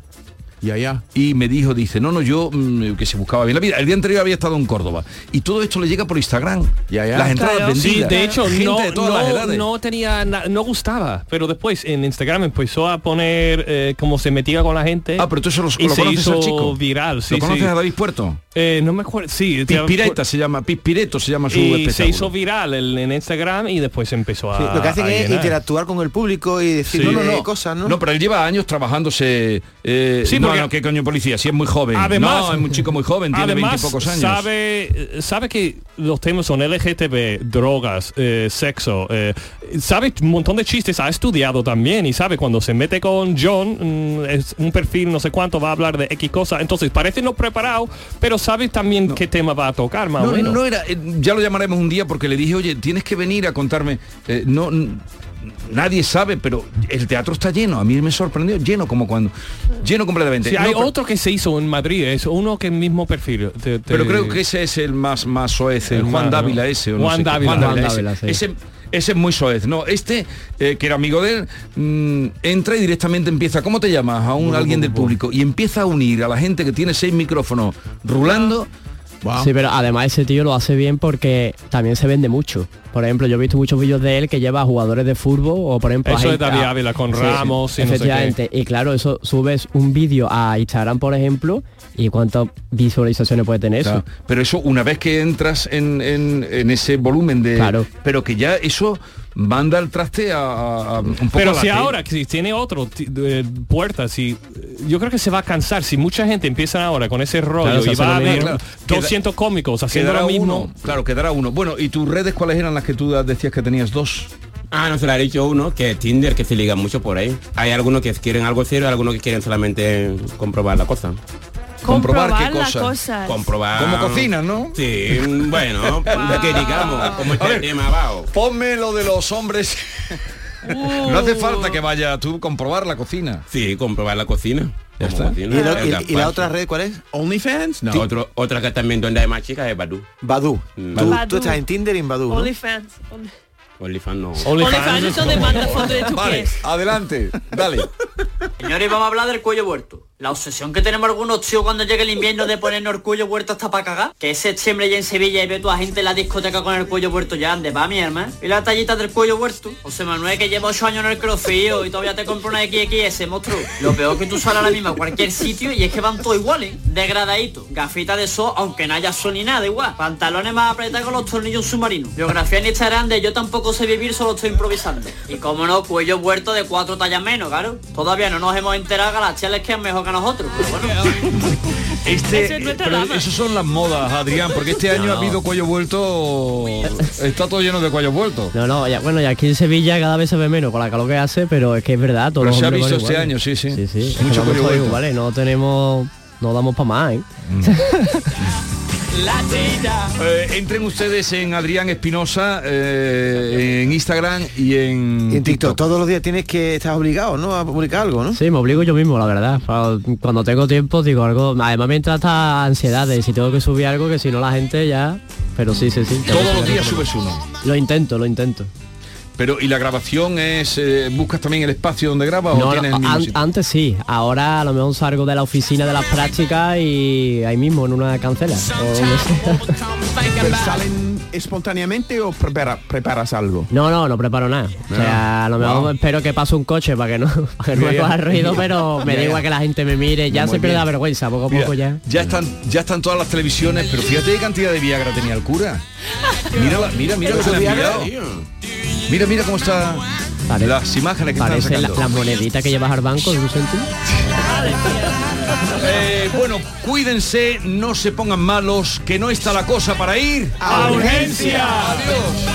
Ya, ya.
Y me dijo, dice, no, no, yo mm, que se buscaba bien la vida. El día anterior había estado en Córdoba. Y todo esto le llega por Instagram. Las entradas
Claro.
vendidas.
Sí, de hecho,
gente
no,
de todas las
no-
edades.
no tenía na- no gustaba, pero después en Instagram empezó a poner eh, como se metía con la gente. Ah, pero
tú eso lo,
y
lo
se
conoces
hizo
al chico.
viral, sí,
¿Lo conoces
sí.
a David Puerto?
Eh, no me acuerdo, sí. te-
Pispireta se llama, Pispireto se llama su
Y se
espectáculo.
hizo viral en, en Instagram y después empezó a
Sí, lo que hacen
a
es
llenar.
interactuar con el público y decir
no, no, no.
cosas, ¿no?
No, pero él lleva años trabajándose. eh,
Sí,
no,
porque-
no, qué coño policía, si es muy joven.
Además-
no, es un chico muy joven, tiene veintipocos años.
Sabe, eh, sabe que los temas son LGTB, drogas, eh, sexo. eh, sabe un montón de chistes, ha estudiado también y sabe cuando se mete con John, mm, es un perfil no sé cuánto, va a hablar de X cosa. Entonces parece no preparado, pero sabe también qué tema va a tocar más o
No,
menos.
no era, eh, ya lo llamaremos un día porque le dije, oye, tienes que venir a contarme. eh, no, n- nadie sabe, pero el teatro está lleno. A mí me sorprendió, lleno como cuando. Lleno completamente.
Sí,
No,
hay
pero-
otro que se hizo en Madrid, es uno que es mismo perfil. te- te-
Pero creo que ese es el más más soez, el,
El
Juan
más, ¿no?
Dávila ese. O no
Juan
sé qué.
Dávila. Juan
ese.
Dávila, sí.
Ese- ese es muy soez. No, este, eh, que era amigo de él, mm, entra y directamente empieza, ¿cómo te llamas? A un alguien del público. Y empieza a unir a la gente que tiene seis micrófonos rulando
Ah.
Sí, pero además ese tío lo hace bien porque también se vende mucho. Por ejemplo, yo he visto muchos vídeos de él que lleva a jugadores de fútbol o por ejemplo a
Eso de
gente-
David
a-
Ávila con Ramos y no sé qué.
efectivamente. Y claro, eso subes un vídeo a Instagram, por ejemplo, y cuántas visualizaciones puede tener
Claro,
eso.
Pero eso, una vez que entras en, en- en ese volumen de... Pero que ya eso manda el traste a, a- a un poco a
Pero
la
si
tele.
ahora, si tiene otro ti- de- eh, puerta, si yo creo que se va a cansar. Si mucha gente empieza ahora con ese rollo
Claro, se
y
hace
va
lo
a haber
mismo. Claro.
200 cómicos haciendo
Quedará
lo mismo.
uno, claro, quedará uno. Bueno, ¿y tus redes cuáles eran las que tú decías que tenías dos?
Ah, no se lo ha dicho uno, que Tinder, que se liga mucho por ahí. Hay algunos que quieren algo serio, algunos que quieren solamente comprobar la cosa.
Comprobar
qué Comprobar la cosa. cosa.
Comprobar.
Como cocinas, ¿no?
Sí, bueno, que digamos, como
A
este
ver,
tema abajo.
Ponme lo de los hombres. No hace falta que vaya tú comprobar la cocina.
Sí, comprobar la cocina. Ya
está.
Cocina,
¿Y el- y- y la
otra
red cuál es?
OnlyFans,
no. Otro, otra que también donde hay más chicas es Mm. Badu.
Badu.
Tú- Badoo. tú estás en
Tinder y en Badu.
OnlyFans. Only-
OnlyFans no.
OnlyFans es donde manda fotos de tu
Vale, adelante, dale.
Señores, vamos a hablar del cuello huerto. La obsesión que tenemos algunos tíos cuando llega el invierno de ponernos el cuello huerto hasta para cagar. Que es septiembre ya en Sevilla y ve toda gente en la discoteca con el cuello huerto ya, ande, va mi hermano. Y la tallita del cuello huerto. José Manuel que lleva 8 años en el crofío y todavía te compra una XXS, monstruo. Lo peor que tú sales ahora mismo a cualquier sitio y es que van todos iguales, degradaditos. Gafitas de sol, aunque no haya sol ni nada, igual. Pantalones más apretados con los tornillos submarinos. Biografía en Instagram de yo tampoco sé vivir, solo estoy improvisando. Y como no, cuello huerto de cuatro tallas menos, claro. Todavía no nos hemos enterado que las chales quedan mejor que nosotros. pero bueno.
Este,
Eso es nuestra
pero
dama.
esas son las modas, Adrián, porque este año
No.
ha habido cuello vuelto. Está todo lleno de cuello vuelto.
No, no, ya, bueno, y aquí en Sevilla cada vez se ve menos con la calor que hace, pero es que es verdad, todos
Pero
los
se ha
hombres
visto
van
este
iguales.
año, sí, sí.
Sí,
Mucho
mucho
cuello vuelto.
iguales, no tenemos, no damos para más, ¿eh?
Eh, entren ustedes en Adrián Espinosa, eh, en Instagram y en,
En TikTok todos los días tienes que estás obligado, ¿no? A publicar algo, ¿no?
Sí, me obligo yo mismo, la verdad. Cuando- Cuando tengo tiempo digo algo. Además me entra esta ansiedad de si tengo que subir algo que si no la gente ya. Pero sí, sí, sí.
Todos los días subes uno.
Lo intento, lo intento.
Pero y la grabación es eh, buscas también el espacio donde grabas
No,
o
no,
tienes el mismo
an-
sitio?
antes sí, ahora a lo mejor salgo de la oficina de las prácticas y ahí mismo en una cancela. o donde sea.
Pero salen espontáneamente o prepara- preparas algo?
No, no, no preparo nada. O sea, a lo mejor
Wow.
espero que pase un coche para que no, para que no me
Bien.
coja el ruido, pero me
Bien.
da igual que la gente me mire, ya
Muy
se pierde
bien.
la vergüenza, poco a
Mira,
poco ya.
están, ya están todas las televisiones, pero fíjate qué cantidad de Viagra tenía el cura. Mira, la- mira, mira lo que le han enviado. Mira, mira cómo está las imágenes que están
Parece la-
sacando.
las moneditas que llevas al banco de un céntimo.
Eh, bueno, cuídense, no se pongan malos, que no está la cosa para ir
A urgencia.
Adiós.